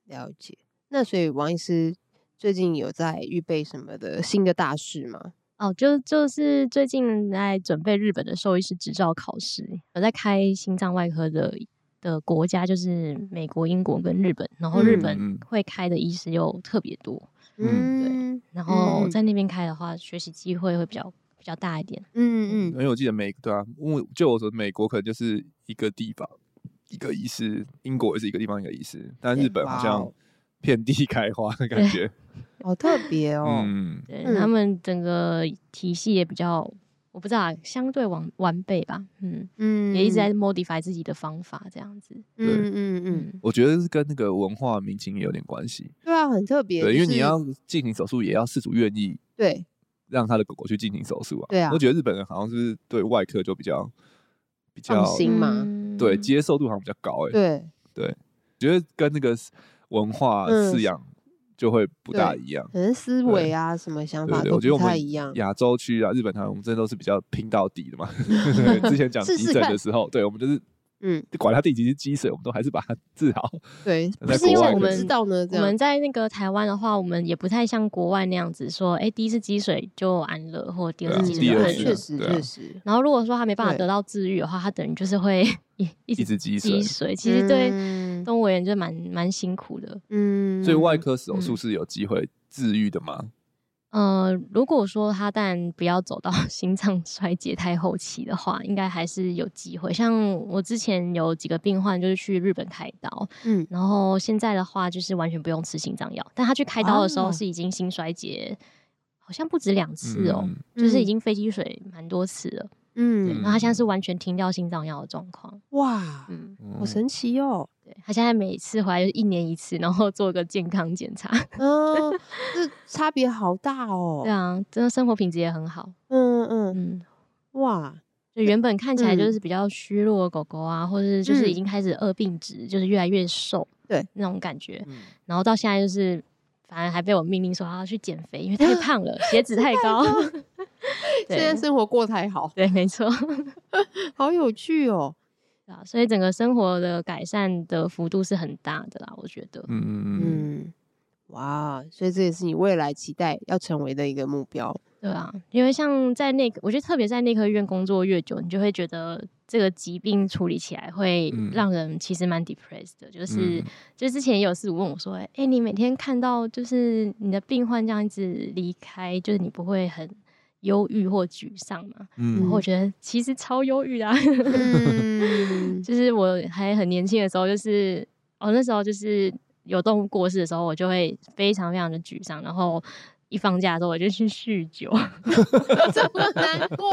[SPEAKER 2] 了解。那所以王医师最近有在预备什么的新的大事吗？
[SPEAKER 3] 哦，就就是最近在准备日本的兽医师执照考试，我在开心脏外科的的国家就是美国、英国跟日本，然后日本
[SPEAKER 1] 嗯
[SPEAKER 3] 会开的医师又特别多，
[SPEAKER 2] 嗯，
[SPEAKER 3] 然后
[SPEAKER 2] 嗯
[SPEAKER 3] 在那边开的话，学习机会会比较比较大一点。
[SPEAKER 2] 嗯
[SPEAKER 1] 因
[SPEAKER 2] 嗯
[SPEAKER 1] 为我记得美对啊，因为就我说美国可能就是一个地方一个医师，英国也是一个地方一个医师，但
[SPEAKER 3] 对
[SPEAKER 1] 日本好
[SPEAKER 2] 哇
[SPEAKER 1] 像
[SPEAKER 2] 哦
[SPEAKER 1] 遍地开花的感
[SPEAKER 3] 对
[SPEAKER 1] 觉。
[SPEAKER 2] 嗯，好特别哦。
[SPEAKER 1] 嗯，
[SPEAKER 3] 对、
[SPEAKER 2] 嗯
[SPEAKER 3] 他们整个体系也比较，我不知道啊，相对完完备吧，嗯，
[SPEAKER 2] 嗯
[SPEAKER 3] 也一直在 modify 自己的方法这样子，
[SPEAKER 2] 嗯嗯嗯，
[SPEAKER 3] 嗯，
[SPEAKER 1] 我觉得是跟那个文化民情也有点关系。
[SPEAKER 2] 对啊，很特别。
[SPEAKER 1] 对，因为
[SPEAKER 2] 就
[SPEAKER 1] 你
[SPEAKER 2] 是
[SPEAKER 1] 要进行手术，也要事主愿意
[SPEAKER 2] 对
[SPEAKER 1] 让他的狗狗去进行手术啊。
[SPEAKER 2] 对啊
[SPEAKER 1] 我觉得日本人好像是不是对外科就比较比较
[SPEAKER 2] 放心嘛
[SPEAKER 3] 嗯
[SPEAKER 1] 对接受度好像比较高哎、欸。
[SPEAKER 2] 对，
[SPEAKER 1] 觉得跟那个文化
[SPEAKER 2] 嗯
[SPEAKER 1] 饲养就会不大
[SPEAKER 2] 对
[SPEAKER 1] 一样。
[SPEAKER 2] 可能思
[SPEAKER 1] 对
[SPEAKER 2] 维啊什么想
[SPEAKER 1] 对
[SPEAKER 2] 法
[SPEAKER 1] 不对，
[SPEAKER 2] 都
[SPEAKER 1] 我觉得
[SPEAKER 2] 不
[SPEAKER 1] 我
[SPEAKER 2] 太一样
[SPEAKER 1] 们。亚洲区啊，日本、台湾，我们真的都是比较拼到底
[SPEAKER 2] [laughs]
[SPEAKER 1] 的嘛。对之前讲
[SPEAKER 2] 试
[SPEAKER 1] 急
[SPEAKER 2] 试
[SPEAKER 1] 诊
[SPEAKER 2] 看
[SPEAKER 1] 的时候，对我们就是
[SPEAKER 2] 嗯，
[SPEAKER 1] 管它第几次积水，我们都还是把它治好。
[SPEAKER 2] [laughs] 对，
[SPEAKER 1] 那
[SPEAKER 2] 不
[SPEAKER 1] 在
[SPEAKER 2] 是因
[SPEAKER 1] 国
[SPEAKER 2] 为
[SPEAKER 1] 外可
[SPEAKER 2] 我们
[SPEAKER 1] 能
[SPEAKER 2] 知道呢，这
[SPEAKER 3] 我
[SPEAKER 2] 样
[SPEAKER 3] 们在那个台湾的话，我们也不太像国外那样子说，哎、第一次积水就安乐，或第二
[SPEAKER 1] 对啊
[SPEAKER 3] 次积水
[SPEAKER 1] 第
[SPEAKER 3] 就
[SPEAKER 1] 二
[SPEAKER 3] 安
[SPEAKER 1] 次啊
[SPEAKER 3] 乐。
[SPEAKER 2] 确实
[SPEAKER 1] 对啊
[SPEAKER 2] 确实，
[SPEAKER 3] 然后如果说他没办法
[SPEAKER 2] 对
[SPEAKER 3] 得到治愈的话，他等于就是会一一
[SPEAKER 1] 一
[SPEAKER 3] 直
[SPEAKER 1] 直积水
[SPEAKER 3] 积水。其实对
[SPEAKER 2] 嗯
[SPEAKER 3] 动物园就蛮蛮辛苦的。
[SPEAKER 2] 嗯，
[SPEAKER 1] 所以外科手术
[SPEAKER 3] 嗯
[SPEAKER 1] 是有机会治愈的吗？
[SPEAKER 3] 呃，如果说他但不要走到 [laughs] 心脏衰竭太后期的话，应该还是有机会。像我之前有几个病患就是去日本开刀，
[SPEAKER 2] 嗯
[SPEAKER 3] 然后现在的话就是完全不用吃心脏药，但他去开刀的时
[SPEAKER 2] 啊
[SPEAKER 1] 哦
[SPEAKER 3] 候是已经心衰竭，好像不止两次哦，
[SPEAKER 1] 嗯
[SPEAKER 3] 就是
[SPEAKER 2] 嗯
[SPEAKER 3] 已经肺积水蛮多次了。对，
[SPEAKER 2] 嗯
[SPEAKER 3] 然后他现在是完全停掉心脏药的状况。
[SPEAKER 2] 哇，
[SPEAKER 3] 嗯，
[SPEAKER 1] 嗯
[SPEAKER 2] 好神奇
[SPEAKER 1] [laughs]
[SPEAKER 2] 哦。
[SPEAKER 3] 对他现在每次回来就一年一次，然后做个健康检查。
[SPEAKER 2] 嗯，这差别好大哦。
[SPEAKER 3] [laughs] 对啊，真的生活品质也很好。
[SPEAKER 2] 嗯嗯，
[SPEAKER 3] 嗯，
[SPEAKER 2] 哇，
[SPEAKER 3] 就原本看起来
[SPEAKER 2] 嗯
[SPEAKER 3] 就是比较虚弱的狗狗啊，或是就是
[SPEAKER 2] 嗯
[SPEAKER 3] 已经开始恶病值，就是越来越瘦，
[SPEAKER 2] 对
[SPEAKER 3] 那种感觉。
[SPEAKER 2] 哦
[SPEAKER 1] 嗯
[SPEAKER 3] 然后到现在就是，反而还被我命令说他要去减肥，因为太胖
[SPEAKER 2] [laughs]
[SPEAKER 3] 了，血脂太高。
[SPEAKER 2] 现在
[SPEAKER 3] 对
[SPEAKER 2] 生活过太好，
[SPEAKER 3] 对，没错。 [laughs]
[SPEAKER 2] 好有趣哦。
[SPEAKER 3] 对啊，所以整个生活的改善的幅度是很大的啦，我觉得。
[SPEAKER 1] 嗯嗯嗯。
[SPEAKER 2] 嗯，哇，所以这也是你未来期待要成为的一个目
[SPEAKER 3] [laughs]
[SPEAKER 2] 标。
[SPEAKER 3] 对啊，因为像在内科，我觉得特别在内科医院工作越久，你就会觉得这个疾病处理起来会
[SPEAKER 1] 嗯
[SPEAKER 3] 让人其实蛮 depressed 的。就是，
[SPEAKER 1] 嗯
[SPEAKER 3] 就之前也有事主问我说：“哎、诶你每天看到就是你的病患这样子离开，就是你不会很忧郁或沮丧吗？”然
[SPEAKER 1] 嗯
[SPEAKER 3] 后我觉得其实超忧郁的、啊， [laughs]
[SPEAKER 2] 嗯，
[SPEAKER 3] 就是我还很年轻的时候，就是哦那时候就是有动物过世的时候，我就会非常非常的沮丧，然后。一放假的时候我就去酗酒，
[SPEAKER 2] 这么难过。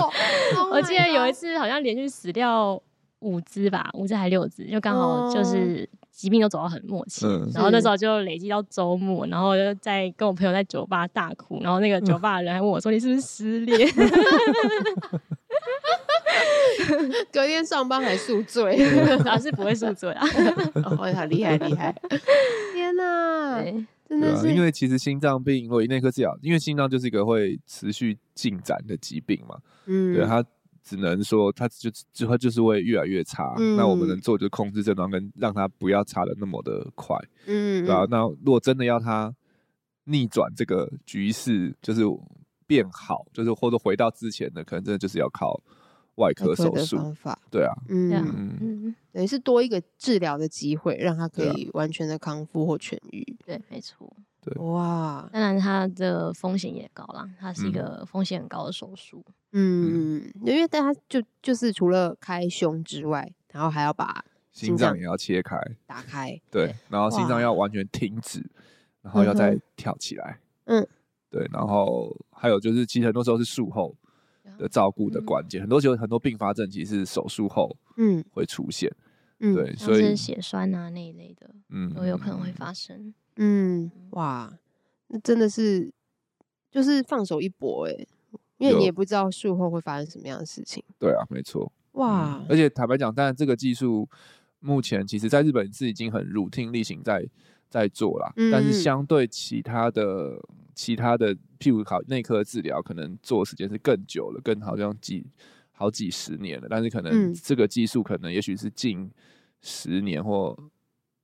[SPEAKER 2] ，Oh
[SPEAKER 3] [laughs] 我记得有一次好像连续死掉五只吧，五只还六只，就刚好就是疾病都走到很末期。
[SPEAKER 1] 嗯
[SPEAKER 3] 然后那时候就累积到周末，然后我就在跟我朋友在酒吧大哭，然后那个
[SPEAKER 1] 嗯
[SPEAKER 3] 酒吧的人还问我说：“你是不是失恋 [laughs]
[SPEAKER 2] 次隔天上班还宿
[SPEAKER 1] [laughs]
[SPEAKER 2] 醉，？” [laughs]
[SPEAKER 3] 然后是不会宿醉啊。
[SPEAKER 2] 哦，好厉害厉害！天哪，
[SPEAKER 3] [laughs] 对
[SPEAKER 2] 真
[SPEAKER 1] 对
[SPEAKER 2] 的
[SPEAKER 1] 啊，
[SPEAKER 2] 是
[SPEAKER 1] 因为其实心脏病或者内科治疗，因为心脏就是一个会持续进展的疾病嘛，
[SPEAKER 2] 嗯
[SPEAKER 1] 对啊它只能说它就之后就是会越来越差。
[SPEAKER 2] 嗯
[SPEAKER 1] 那我们能做就是控制症状，跟让它不要差的那么的快，
[SPEAKER 2] 嗯
[SPEAKER 1] 对啊吧、那如果真的要它逆转这个局势，就是变好，就是或者回到之前的，可能真的就是要靠外科手
[SPEAKER 2] 的
[SPEAKER 1] 术。
[SPEAKER 2] 方法，
[SPEAKER 1] 对啊，
[SPEAKER 3] 对啊
[SPEAKER 2] 嗯，
[SPEAKER 1] 嗯，
[SPEAKER 3] 嗯，
[SPEAKER 2] 等于是多一个治疗的机会，让他可
[SPEAKER 1] 对啊
[SPEAKER 2] 以完全的康复或痊愈。
[SPEAKER 3] 对，没错。
[SPEAKER 2] 哇，
[SPEAKER 3] 当然，它的风险也高啦，它
[SPEAKER 1] 嗯
[SPEAKER 3] 是一个风险很高的手术。
[SPEAKER 2] 嗯，因为但他就就是除了开胸之外，然后还要把
[SPEAKER 1] 心脏也要切开，
[SPEAKER 2] 打开，
[SPEAKER 1] 对
[SPEAKER 3] 对，
[SPEAKER 1] 然后心
[SPEAKER 2] 哇
[SPEAKER 1] 脏要完全停止，然后要再
[SPEAKER 2] 嗯
[SPEAKER 1] 跳起来，
[SPEAKER 2] 嗯，
[SPEAKER 1] 对，然后还有就是，其实很多时候是术后的照顾
[SPEAKER 3] 嗯
[SPEAKER 1] 的关键，很多时候很多并发症其实是手术后
[SPEAKER 2] 嗯
[SPEAKER 1] 会出现，
[SPEAKER 2] 嗯，
[SPEAKER 1] 对，
[SPEAKER 3] 像
[SPEAKER 1] 所以
[SPEAKER 3] 是血栓啊那一类的，
[SPEAKER 1] 嗯
[SPEAKER 3] 都有可能会发生。 [laughs]
[SPEAKER 2] 嗯，哇，那真的是就是放手一搏哎、因为
[SPEAKER 1] 有
[SPEAKER 2] 你也不知道术后会发生什么样的事情。
[SPEAKER 1] 对啊，没错，
[SPEAKER 2] 哇，
[SPEAKER 1] 嗯而且坦白讲，但这个技术目前其实在日本是已经很 routine 例行在在做啦，
[SPEAKER 2] 嗯
[SPEAKER 1] 但
[SPEAKER 2] 嗯
[SPEAKER 1] 是相对其他的其他的，譬如考内科治疗，可能做的时间是更久了，更好像几好几十年了，但是可能
[SPEAKER 2] 嗯
[SPEAKER 1] 这个技术可能也许是近十年或。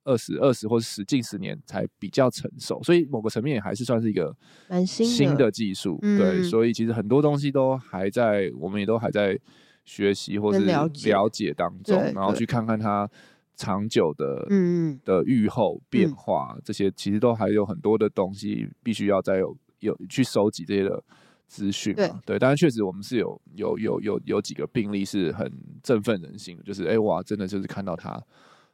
[SPEAKER 1] 二十二十或十近十年才比较成熟，所以某个层面也还是算是一个
[SPEAKER 2] 蛮新的
[SPEAKER 1] 新的技术，
[SPEAKER 2] 嗯
[SPEAKER 1] 对，所以其实很多东西都还在，我们也都还在学习或是
[SPEAKER 2] 跟了解
[SPEAKER 1] 了解当中
[SPEAKER 2] 对，
[SPEAKER 1] 然后
[SPEAKER 2] 对
[SPEAKER 1] 去看看它长久的
[SPEAKER 2] 嗯
[SPEAKER 1] 的预后变化，这些其实都还有很多的东西必须要再有有去收集这些的资讯
[SPEAKER 2] 对
[SPEAKER 1] 嘛。对，当然确实我们是有有有有有几个病例是很振奋人心的，就是哎、哇，真的就是看到他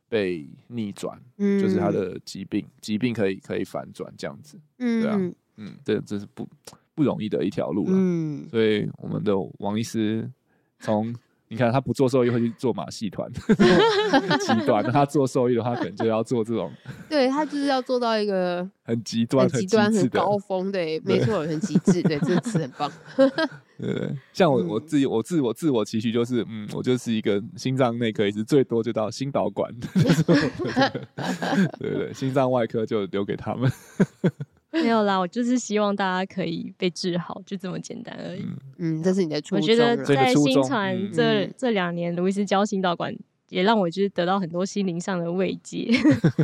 [SPEAKER 1] 被逆转，
[SPEAKER 2] 嗯，
[SPEAKER 1] 就是他的疾病疾病可以可以反转这样子。
[SPEAKER 2] 嗯，
[SPEAKER 1] 对啊
[SPEAKER 2] 嗯
[SPEAKER 1] 嗯，这这是不不容易的一条路了。
[SPEAKER 2] 嗯，
[SPEAKER 1] 所以我们的王医师从你看他不做兽医会去做马戏团 [laughs] 极端，那他做兽医的话，可能就要做这种
[SPEAKER 2] 对他就是要做到一个
[SPEAKER 1] 很极端、
[SPEAKER 2] 很
[SPEAKER 1] 很
[SPEAKER 2] 极
[SPEAKER 1] 极
[SPEAKER 2] 端、
[SPEAKER 1] 致
[SPEAKER 2] 很
[SPEAKER 1] 的。
[SPEAKER 2] 高峰，对，没错，很极致，对，这个词很棒，
[SPEAKER 1] 对对对，像我我自己我自我自我期许就是，嗯，我就是一个心脏内科医师，最多就到心导管，这是我的 [laughs] 对对对，心脏外科就留给他们。
[SPEAKER 3] 没有啦，我就是希望大家可以被治好，就这么简单而已。
[SPEAKER 1] 嗯
[SPEAKER 2] 嗯，这是你的初
[SPEAKER 3] 我
[SPEAKER 2] 衷
[SPEAKER 3] 觉
[SPEAKER 2] 啦，
[SPEAKER 3] 得
[SPEAKER 1] 这个
[SPEAKER 3] 在
[SPEAKER 1] 初
[SPEAKER 3] 新
[SPEAKER 1] 衷
[SPEAKER 3] 传
[SPEAKER 1] 嗯
[SPEAKER 3] 这、
[SPEAKER 2] 嗯
[SPEAKER 3] 这两年，卢易斯教心导管。也让我就是得到很多心灵上的慰藉，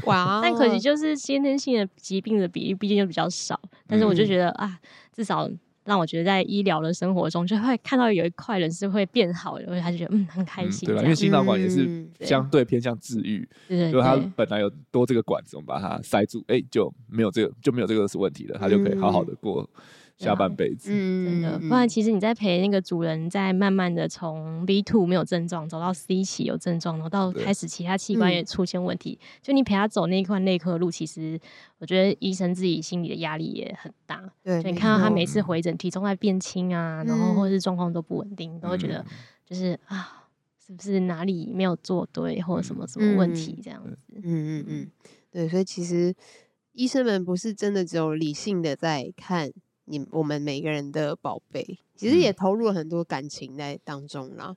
[SPEAKER 2] 哇，
[SPEAKER 3] [laughs] 但可惜就是先天性的疾病的比例毕竟就比较少，但是我就
[SPEAKER 2] 嗯
[SPEAKER 3] 觉得、啊，至少让我觉得在医疗的生活中，就会看到有一块人是会变好的，我还是觉得嗯很开
[SPEAKER 1] 嗯
[SPEAKER 3] 心这
[SPEAKER 1] 对吧？
[SPEAKER 3] 样。
[SPEAKER 1] 因为心导管也是
[SPEAKER 2] 嗯
[SPEAKER 3] 对
[SPEAKER 1] 相对偏向治愈，
[SPEAKER 3] 对对
[SPEAKER 1] 如果他
[SPEAKER 3] 对
[SPEAKER 1] 本来有多这个管子，我们把它塞住，哎、就没有这个就没有这个是问题了，他就可以好好的过下半辈子。
[SPEAKER 3] 真
[SPEAKER 2] 嗯，
[SPEAKER 3] 的，
[SPEAKER 2] 嗯
[SPEAKER 3] 不然其实你在陪那个主人，在慢慢的从 B two 没有症状走到 C 期有症状，然后到
[SPEAKER 1] 对
[SPEAKER 3] 开始其他器官
[SPEAKER 2] 嗯
[SPEAKER 3] 也出现问题，就你陪他走那一块内科路，其实我觉得医生自己心里的压力也很大。
[SPEAKER 2] 对，
[SPEAKER 3] 就你
[SPEAKER 2] 没
[SPEAKER 3] 看到他
[SPEAKER 2] 错
[SPEAKER 3] 每次回诊体重在变轻啊，然后
[SPEAKER 2] 嗯
[SPEAKER 3] 或是状况都不稳定，都会觉得
[SPEAKER 1] 嗯
[SPEAKER 3] 就是啊，是不是哪里没有做对，或者
[SPEAKER 1] 嗯
[SPEAKER 3] 什么什么问题这样子？
[SPEAKER 2] 嗯嗯嗯，对，所以其实医生们不是真的只有理性的在看你我们每个人的宝贝，其实也投入了很多感情在当中啦。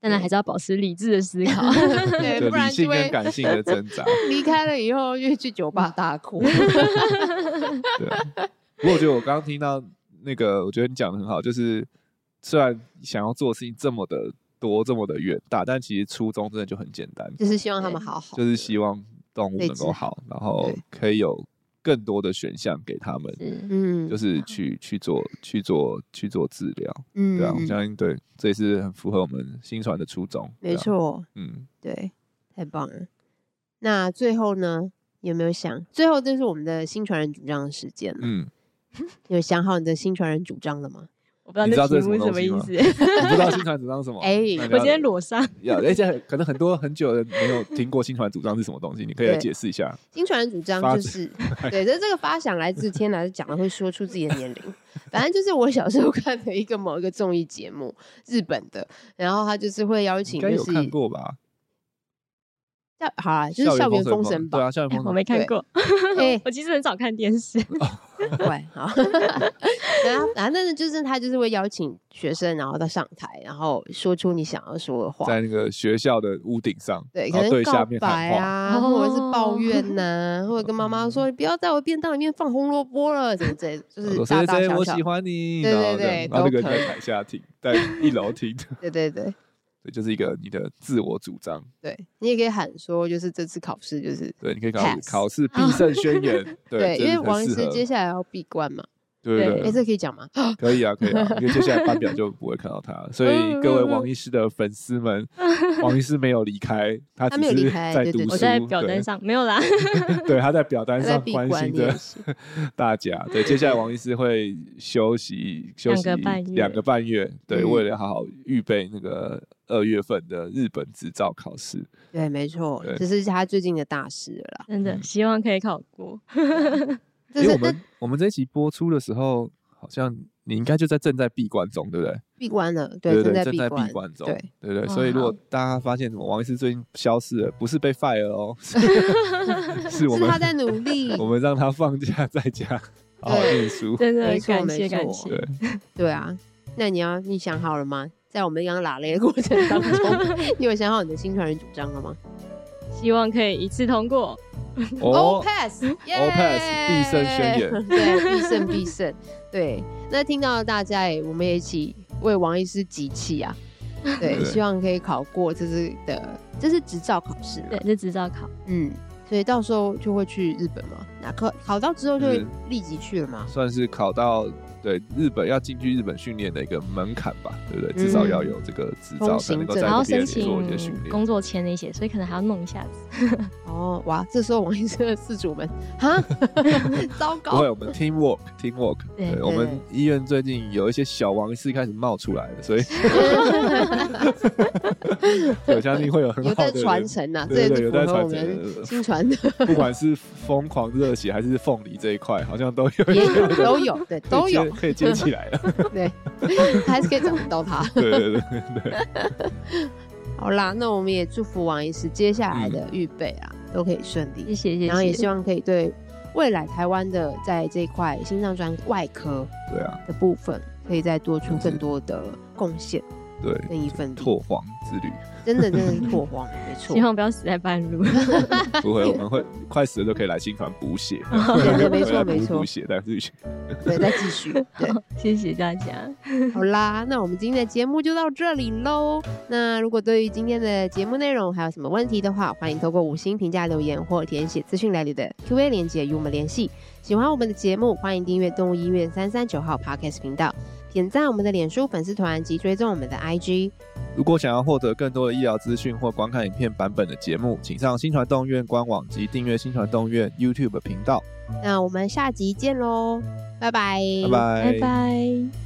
[SPEAKER 3] 当然还是要保持理智的思考。
[SPEAKER 2] 对，
[SPEAKER 1] 就
[SPEAKER 2] 不
[SPEAKER 1] 理
[SPEAKER 2] 然
[SPEAKER 1] 性
[SPEAKER 2] 就
[SPEAKER 1] 跟
[SPEAKER 2] 会
[SPEAKER 1] 感性的挣扎。
[SPEAKER 2] 离开了以后又去酒吧大哭。 [laughs]
[SPEAKER 1] 对，不过我觉得我刚刚听到那个，我觉得你讲的很好，就是虽然想要做的事情这么的多，这么的远大，但其实初衷真的就很简单，
[SPEAKER 2] 就是希望他们
[SPEAKER 3] 对
[SPEAKER 2] 好好，
[SPEAKER 1] 就是希望动物
[SPEAKER 2] 被
[SPEAKER 1] 能
[SPEAKER 2] 治
[SPEAKER 1] 够好，然后
[SPEAKER 2] 对
[SPEAKER 1] 可以有更多的选项给他们，
[SPEAKER 3] 是
[SPEAKER 2] 嗯，
[SPEAKER 1] 就是是去去做去做去做治疗。
[SPEAKER 2] 嗯，
[SPEAKER 1] 对啊，我
[SPEAKER 2] 嗯
[SPEAKER 1] 相信对，这也是很符合我们新传的初衷。对
[SPEAKER 2] 没
[SPEAKER 1] 啊，
[SPEAKER 2] 错，
[SPEAKER 1] 嗯，
[SPEAKER 2] 对，太棒了。那最后呢，有没有想？最后就是我们的新传人主张的时间了。
[SPEAKER 1] 嗯，
[SPEAKER 2] 有想好你的新传人主张了吗？
[SPEAKER 3] [laughs] 我不知道
[SPEAKER 1] 你知道这
[SPEAKER 3] 这题
[SPEAKER 1] 是
[SPEAKER 3] 目
[SPEAKER 1] 什
[SPEAKER 3] 是
[SPEAKER 1] 么
[SPEAKER 3] 什么意
[SPEAKER 1] 东西
[SPEAKER 3] 思。
[SPEAKER 1] 我不知道新传主张是什么。
[SPEAKER 2] 哎
[SPEAKER 1] 那你
[SPEAKER 3] 我
[SPEAKER 1] 要
[SPEAKER 3] 今天裸上，
[SPEAKER 1] 要，而且可能很多很久的人没有听过新传主张是什么东西，你可以来
[SPEAKER 2] 对
[SPEAKER 1] 解释一下。
[SPEAKER 2] 新传人主张
[SPEAKER 1] 发
[SPEAKER 2] 就是，
[SPEAKER 1] [laughs]
[SPEAKER 2] 对，这这个发想来自天哪，讲了会说出自己的年龄。反正就是我小时候看的一个某一个综艺节目，日本的，然后他就是会邀
[SPEAKER 1] 应
[SPEAKER 2] 请，
[SPEAKER 1] 该
[SPEAKER 2] 就
[SPEAKER 1] 有
[SPEAKER 2] 是
[SPEAKER 1] 看过吧？
[SPEAKER 2] 叫好啊，就是校园封神
[SPEAKER 1] 对
[SPEAKER 2] 榜，
[SPEAKER 1] 啊，校园封神
[SPEAKER 3] 我
[SPEAKER 1] 榜
[SPEAKER 3] 没看
[SPEAKER 2] 对
[SPEAKER 3] 过。
[SPEAKER 1] [laughs]
[SPEAKER 2] 哎，
[SPEAKER 3] 我其实很少看电视，
[SPEAKER 2] 怪好，然后反正就是他就是会邀请学生，然后到上台，然后说出你想要说的话，
[SPEAKER 1] 在那个学校的屋顶上，
[SPEAKER 2] 对，可
[SPEAKER 1] 然后对
[SPEAKER 2] 能
[SPEAKER 1] 下
[SPEAKER 2] 告
[SPEAKER 1] 面喊
[SPEAKER 2] 白
[SPEAKER 1] 话。嗯
[SPEAKER 2] 啊，或者是抱
[SPEAKER 3] 哦
[SPEAKER 2] 怨呐、或者跟妈妈说你不要在我便当里面放红萝卜了，怎么之类的，就
[SPEAKER 1] 然后说
[SPEAKER 2] 是大
[SPEAKER 1] 谁
[SPEAKER 2] 大
[SPEAKER 1] 谁
[SPEAKER 2] 小
[SPEAKER 1] 我
[SPEAKER 2] 小
[SPEAKER 1] 喜，欢你，
[SPEAKER 2] 对
[SPEAKER 1] 然
[SPEAKER 2] 对
[SPEAKER 1] 后这样
[SPEAKER 2] 对
[SPEAKER 1] 然后那
[SPEAKER 2] 都
[SPEAKER 1] 个人
[SPEAKER 2] 可
[SPEAKER 1] 在
[SPEAKER 2] 以
[SPEAKER 1] 台下听，在一楼听，
[SPEAKER 2] 对对对
[SPEAKER 1] 对，就是一个你的自我主张，
[SPEAKER 2] 对，你也可以喊说，就是这次考试就是
[SPEAKER 1] 对，你可以考
[SPEAKER 2] Pass
[SPEAKER 1] 考试必胜宣
[SPEAKER 2] [laughs]
[SPEAKER 1] 言，对，
[SPEAKER 2] 因为
[SPEAKER 1] 这很
[SPEAKER 2] 王医
[SPEAKER 1] 适
[SPEAKER 2] 师
[SPEAKER 1] 合
[SPEAKER 2] 接下来要闭关嘛，
[SPEAKER 1] 对对
[SPEAKER 3] 对
[SPEAKER 1] 对
[SPEAKER 2] 哎、，这可以讲吗？
[SPEAKER 1] 可以啊，可以
[SPEAKER 2] [laughs]
[SPEAKER 1] 啊，因为接下来班表就不会看到他了，所
[SPEAKER 2] 嗯
[SPEAKER 1] 以各位王医师的粉丝
[SPEAKER 2] [laughs]
[SPEAKER 1] 们，王医师没有离开，他
[SPEAKER 2] 他
[SPEAKER 1] 只
[SPEAKER 2] 没有离
[SPEAKER 1] 是
[SPEAKER 2] 开
[SPEAKER 1] 在
[SPEAKER 2] 对
[SPEAKER 1] 读
[SPEAKER 2] 对
[SPEAKER 1] 书，
[SPEAKER 3] [laughs] 我在表单
[SPEAKER 1] 对，
[SPEAKER 3] 上没有啦。
[SPEAKER 1] [laughs] 对，他在表单
[SPEAKER 2] 他在
[SPEAKER 1] 上
[SPEAKER 2] 闭
[SPEAKER 1] 关
[SPEAKER 2] 关
[SPEAKER 1] 心
[SPEAKER 2] 练
[SPEAKER 1] 着
[SPEAKER 2] 习，
[SPEAKER 1] 大家。对，
[SPEAKER 2] [laughs]
[SPEAKER 1] 接下来王医师会休息休息
[SPEAKER 3] 两个半月
[SPEAKER 1] 两个半月，对，
[SPEAKER 2] 嗯
[SPEAKER 1] 为了好好预备那个二月份的日本执照考试。
[SPEAKER 2] 对，没错，
[SPEAKER 1] 对
[SPEAKER 2] 这是他最近的大事了啦。
[SPEAKER 3] 真的，希望可以考过。
[SPEAKER 2] 这
[SPEAKER 1] 因为
[SPEAKER 2] 是
[SPEAKER 1] 我
[SPEAKER 2] 那
[SPEAKER 1] 们我们这一期播出的时候，好像你应该就在正在闭关中，对不对？
[SPEAKER 2] 闭关了，
[SPEAKER 1] 对
[SPEAKER 2] 正
[SPEAKER 1] 对，
[SPEAKER 2] 在
[SPEAKER 1] 正
[SPEAKER 2] 闭
[SPEAKER 1] 在
[SPEAKER 2] 关
[SPEAKER 1] 闭，关中，
[SPEAKER 2] 对嗯
[SPEAKER 1] 对对，
[SPEAKER 3] 哇
[SPEAKER 1] 所以如果大家发现什么王医师最近消失了，不是被 fire
[SPEAKER 2] [laughs]
[SPEAKER 1] 哦，是是我
[SPEAKER 2] 是
[SPEAKER 1] 们
[SPEAKER 2] 他在努力，
[SPEAKER 1] [laughs] 我们让他放假在家好好
[SPEAKER 2] 对
[SPEAKER 1] 念书。
[SPEAKER 3] 真的
[SPEAKER 2] 没错
[SPEAKER 3] 感
[SPEAKER 2] 没
[SPEAKER 3] 谢
[SPEAKER 2] 错
[SPEAKER 3] 感谢
[SPEAKER 1] 对，
[SPEAKER 2] 对啊，那你要你想好了吗？在我们刚刚拉雷的过程
[SPEAKER 1] [laughs]
[SPEAKER 2] 当中，你有想好你的新传人主张了吗
[SPEAKER 3] 希望可以一次通过。
[SPEAKER 2] ？All
[SPEAKER 1] 哦，
[SPEAKER 2] pass，All
[SPEAKER 1] All pass，必胜宣言
[SPEAKER 2] [laughs] 对，必胜必胜，对。那听到大家也，我们也一起为王医师集气
[SPEAKER 1] [laughs]
[SPEAKER 2] 啊，对，
[SPEAKER 1] 对
[SPEAKER 2] 希望可以考过这次的，这是执照考试嘛，啊
[SPEAKER 3] 对，就执照考。
[SPEAKER 2] 嗯，所以到时候就会去日本嘛，那考考到之后就会
[SPEAKER 1] 嗯
[SPEAKER 2] 立即去了嘛，
[SPEAKER 1] 算是考到对日本要进去日本训练的一个门槛吧，对不对？至少要有这个执照
[SPEAKER 2] 通
[SPEAKER 1] 才
[SPEAKER 2] 嗯行
[SPEAKER 1] 能够
[SPEAKER 2] 证
[SPEAKER 1] 在
[SPEAKER 3] 还要
[SPEAKER 1] 那
[SPEAKER 3] 申
[SPEAKER 1] 边做一些训
[SPEAKER 3] 请工
[SPEAKER 1] 练。
[SPEAKER 3] 作签那些，所以可能还要弄一下子。
[SPEAKER 2] 哦，哇，这时候王医生的饲主们，
[SPEAKER 1] [laughs]
[SPEAKER 2] 哈，糟
[SPEAKER 1] 不会，
[SPEAKER 2] 糕，
[SPEAKER 1] 我们 team work team work，
[SPEAKER 3] 对
[SPEAKER 1] 对
[SPEAKER 3] 对
[SPEAKER 1] 我们医院最近有一些小王是开始冒出来了，所以 [laughs] 我相信会有很
[SPEAKER 2] [laughs] 有
[SPEAKER 1] 好
[SPEAKER 2] 在
[SPEAKER 1] 的
[SPEAKER 2] 传承呐，这
[SPEAKER 1] 对
[SPEAKER 2] 也
[SPEAKER 1] 对，
[SPEAKER 2] 是
[SPEAKER 1] 有
[SPEAKER 2] 符
[SPEAKER 1] 在
[SPEAKER 2] 合
[SPEAKER 1] 传
[SPEAKER 2] 我们
[SPEAKER 1] 承。
[SPEAKER 2] 新传的，
[SPEAKER 1] 不管是疯狂热血还是凤梨这一块，好像都有一
[SPEAKER 2] 也
[SPEAKER 1] 些
[SPEAKER 2] 有都有，对，
[SPEAKER 1] 可
[SPEAKER 2] 都
[SPEAKER 1] 以接
[SPEAKER 2] 有，
[SPEAKER 1] 可以接起来
[SPEAKER 2] [laughs]
[SPEAKER 1] 了。
[SPEAKER 2] 对，还是可以找得到他。
[SPEAKER 1] 对对对对
[SPEAKER 2] 好啦，那我们也祝福王医师接下来的预备啊，都可以顺利。
[SPEAKER 3] 谢谢谢谢，
[SPEAKER 2] 然后也希望可以对未来台湾的在这一块心脏专外科
[SPEAKER 1] 对啊，
[SPEAKER 2] 的部分，可以再多出更多的贡献
[SPEAKER 1] 对
[SPEAKER 2] 跟一份力。
[SPEAKER 1] 拓荒之
[SPEAKER 2] [laughs]
[SPEAKER 1] 旅。
[SPEAKER 2] 真的真的是拓荒，没错
[SPEAKER 3] 希。望不要死在半路。
[SPEAKER 1] 不会，我们会快死了就可以来新传补
[SPEAKER 2] [laughs]
[SPEAKER 1] 血，
[SPEAKER 2] 对对
[SPEAKER 1] [laughs]
[SPEAKER 2] 没错
[SPEAKER 1] 回来补
[SPEAKER 2] 没错
[SPEAKER 1] 补血再去血。
[SPEAKER 2] 对，再继续。对，
[SPEAKER 3] 谢谢大家，
[SPEAKER 2] 好啦，那我们今天的节目就到这里喽。那如果对于今天的节目内容还有什么问题的话，欢迎透过五星评价留言或填写资讯栏里的 Q&A 连接与我们联系。喜欢我们的节目，欢迎订阅动物医院三三九号 Podcast 频道，点赞我们的脸书粉丝团及追踪我们的 IG。
[SPEAKER 1] 如果想要获得更多的医疗资讯或观看影片版本的节目，请上新传动物院官网及订阅新传动物院 YouTube 频道。
[SPEAKER 2] 嗯那我们下集见喽，拜拜，
[SPEAKER 1] 拜拜
[SPEAKER 3] 拜拜。